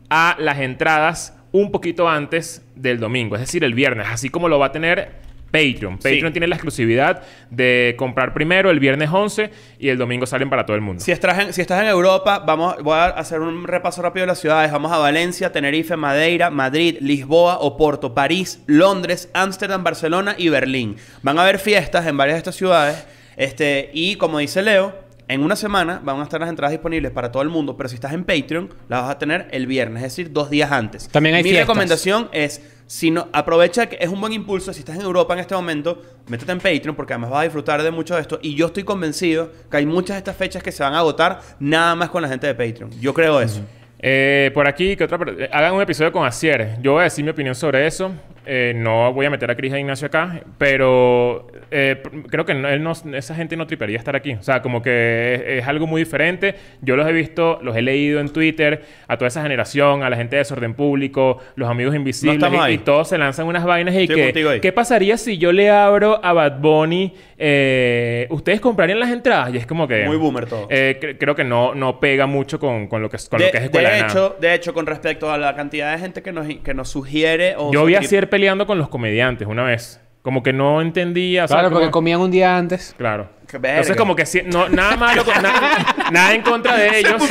a las entradas un poquito antes del domingo, es decir, el viernes, así como lo va a tener Patreon. Patreon tiene la exclusividad de comprar primero el viernes 11 y el domingo salen para todo el mundo.
Si estás, en, si estás en Europa, vamos, voy a hacer un repaso rápido de las ciudades. Vamos a Valencia, Tenerife, Madeira, Madrid, Lisboa, Oporto, París, Londres, Ámsterdam, Barcelona y Berlín. Van a haber fiestas en varias de estas ciudades. Este, y como dice Leo, en una semana van a estar las entradas disponibles para todo el mundo. Pero si estás en Patreon, las vas a tener el viernes, es decir, dos días antes.
También hay
Mi
fiestas.
recomendación es, si no, aprovecha que es un buen impulso. Si estás en Europa en este momento, métete en Patreon porque además vas a disfrutar de mucho de esto. Y yo estoy convencido que hay muchas de estas fechas que se van a agotar nada más con la gente de Patreon. Yo creo eso.
Eh, por aquí, que otra per- eh, hagan un episodio con Asier. Yo voy a decir mi opinión sobre eso. eh, no voy a meter a Cris e Ignacio acá, pero eh, pr- creo que no- él no- esa gente no tripearía estar aquí. O sea, como que es, es algo muy diferente. Yo los he visto, los he leído en Twitter, a toda esa generación, a la gente de Desorden Público, los amigos invisibles,
No estamos
y,
ahí.
y todos se lanzan unas vainas y
Estoy contigo
que,
ahí.
¿qué pasaría si yo le abro a Bad Bunny? eh, ¿Ustedes comprarían las entradas? Y es como que...
Muy boomer todo.
eh, cre- creo que no, no pega mucho con, con lo que es, con
de,
lo que es escuela de nada.
hecho, de hecho, con respecto a la cantidad de gente que nos, que nos sugiere o
Yo vi a Cier
sugiere- <laughs>
peleando con los comediantes una vez. Como que no entendía. o sea,
Claro, porque
como-
comían un día antes.
Claro.
Qué verga.
Entonces, como que Cier- no, nada malo, con- na- nada en contra
<laughs>
de ellos.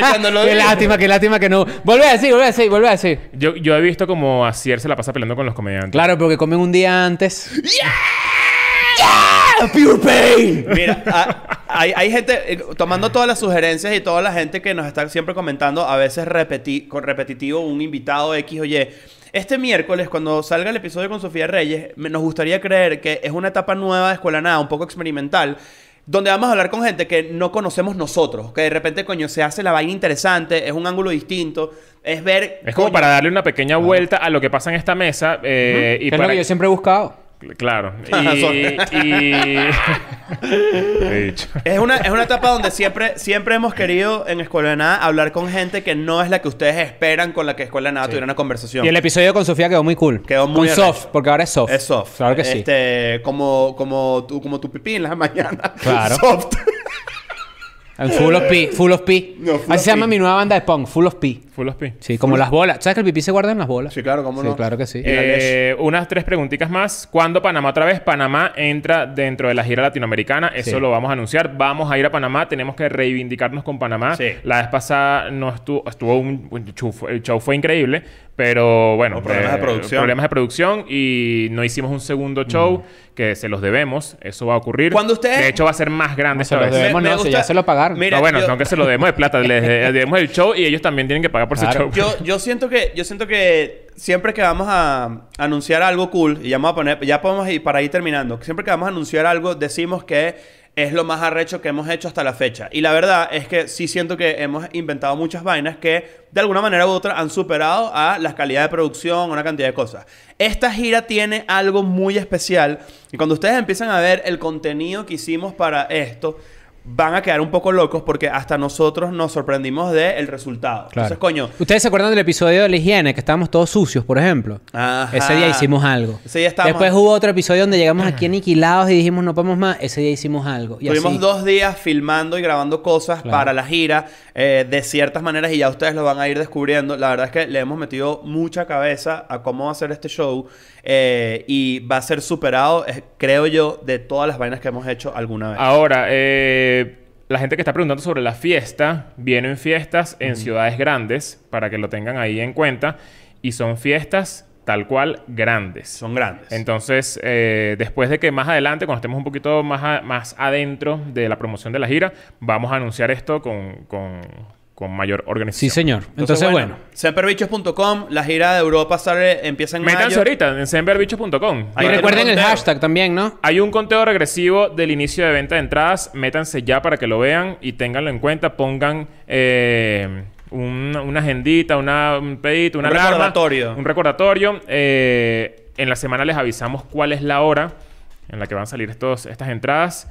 cuando lo
Qué
digo.
lástima, qué lástima que no. Vuelve a decir, vuelve a decir, vuelve a decir.
Yo, yo he visto como a Cier se la pasa peleando con los comediantes.
Claro, porque comen un día antes.
Mira, a- hay, hay gente, eh, tomando todas las sugerencias y toda la gente que nos está siempre comentando, a veces repeti- con repetitivo, un invitado X o Y. Este miércoles, cuando salga el episodio con Sofía Reyes, me- nos gustaría creer que es una etapa nueva de Escuela Nada, un poco experimental, donde vamos a hablar con gente que no conocemos nosotros, que de repente, coño, se hace la vaina interesante, es un ángulo distinto, es ver...
Es como
coño,
para darle una pequeña vuelta a lo que pasa en esta mesa. eh, y
que es
para-
lo que yo siempre he
<laughs>
buscado.
Claro.
Sorry.
Y.
<laughs>
y... <laughs> He dicho.
Es una, es una etapa donde siempre, siempre hemos querido en Escuela de Nada hablar con gente que no es la que ustedes esperan con la que Escuela de Nada tuviera una conversación.
Y el episodio con Sofía quedó muy cool.
Quedó muy
Con
arrecho.
soft, porque ahora es soft.
es soft.
Claro que sí.
Este, como, como, tu, como tu pipí en <laughs> las mañanas.
Claro.
Soft.
En Full of P. Full of P.
No, Full
Así
of
se llama
P.
mi nueva banda de punk, Full of P.
Full of P.
Sí, como las bolas. ¿Sabes que el pipí se guarda en las bolas?
Sí, claro, cómo
Sí,
no.
claro que sí.
Y la
Eh, unas tres preguntitas más. ¿Cuándo Panamá otra vez? Panamá entra dentro de la gira latinoamericana. Eso
Sí.
lo vamos a anunciar. Vamos a ir a Panamá. Tenemos que reivindicarnos con Panamá.
Sí.
La vez pasada no estuvo, estuvo un, un show, fue- el show fue increíble, pero bueno, eh,
Hubo problemas de producción.
problemas de producción y no hicimos un segundo show que se los debemos. Eso va a ocurrir.
Mm. Cuando ustedes-
de hecho va a ser más grande
se
esta
los
vez.
debemos,
Me-
Pues no,
me
si ya
gusta-
se lo pagaron.
Mira,
no, bueno,
yo-
no que se lo debemos de <laughs> plata, les les debemos el show y ellos también tienen que pagar por ese
Claro.
show.
Yo, yo siento que, yo siento que siempre que vamos a anunciar algo cool, y ya vamos a poner, ya podemos ir para ir terminando. Siempre que vamos a anunciar algo, decimos que es lo más arrecho que hemos hecho hasta la fecha. Y la verdad es que sí siento que hemos inventado muchas vainas que de alguna manera u otra han superado a las calidades de producción, una cantidad de cosas. Esta gira tiene algo muy especial. Y cuando ustedes empiezan a ver el contenido que hicimos para esto, van a quedar un poco locos porque hasta nosotros nos sorprendimos del resultado.
Claro.
Entonces, coño,
¿Ustedes se acuerdan del episodio de la higiene? Que estábamos todos sucios, por ejemplo.
Ajá.
Ese día hicimos algo.
Ese día estábamos-
Después hubo otro episodio donde llegamos aquí aniquilados y dijimos no podemos más. Ese día hicimos algo. Y
Tuvimos
así.
dos días filmando y grabando cosas
Claro.
para la gira eh, de ciertas maneras y ya ustedes lo van a ir descubriendo. La verdad es que le hemos metido mucha cabeza a cómo hacer este show eh, y va a ser superado, eh, creo yo, de todas las vainas que hemos hecho alguna
Ah,
vez.
Ahora, eh, la gente que está preguntando sobre la fiesta, vienen fiestas en ciudades grandes, para que lo tengan ahí en cuenta, y son fiestas tal cual grandes.
Son grandes.
Entonces, eh, después de que más adelante, cuando estemos un poquito más, a- más adentro de la promoción de la gira, vamos a anunciar esto con, con- con mayor organización.
Sí, señor. Entonces, bueno.
semperbichos.com, la gira de Europa sale, empieza en
Métanse
mayo.
ahorita en semberbichos.com.
Ahí
Y
tenemos
recuerden el
conteo.
hashtag también, ¿no?
Hay un conteo regresivo del inicio de venta de entradas. Métanse ya para que lo vean y ténganlo en cuenta. Pongan eh, un- una agendita, una, un pedito, una
Un
alarma,
recordatorio.
Un recordatorio. Eh, en la semana les avisamos cuál es la hora en la que van a salir estos, estas entradas.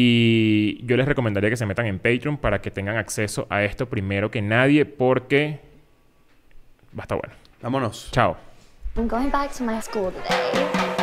Y yo les recomendaría que se metan en Patreon para que tengan acceso a esto primero que nadie porque va a estar bueno.
Vámonos.
Chao.
I'm going back to my school today.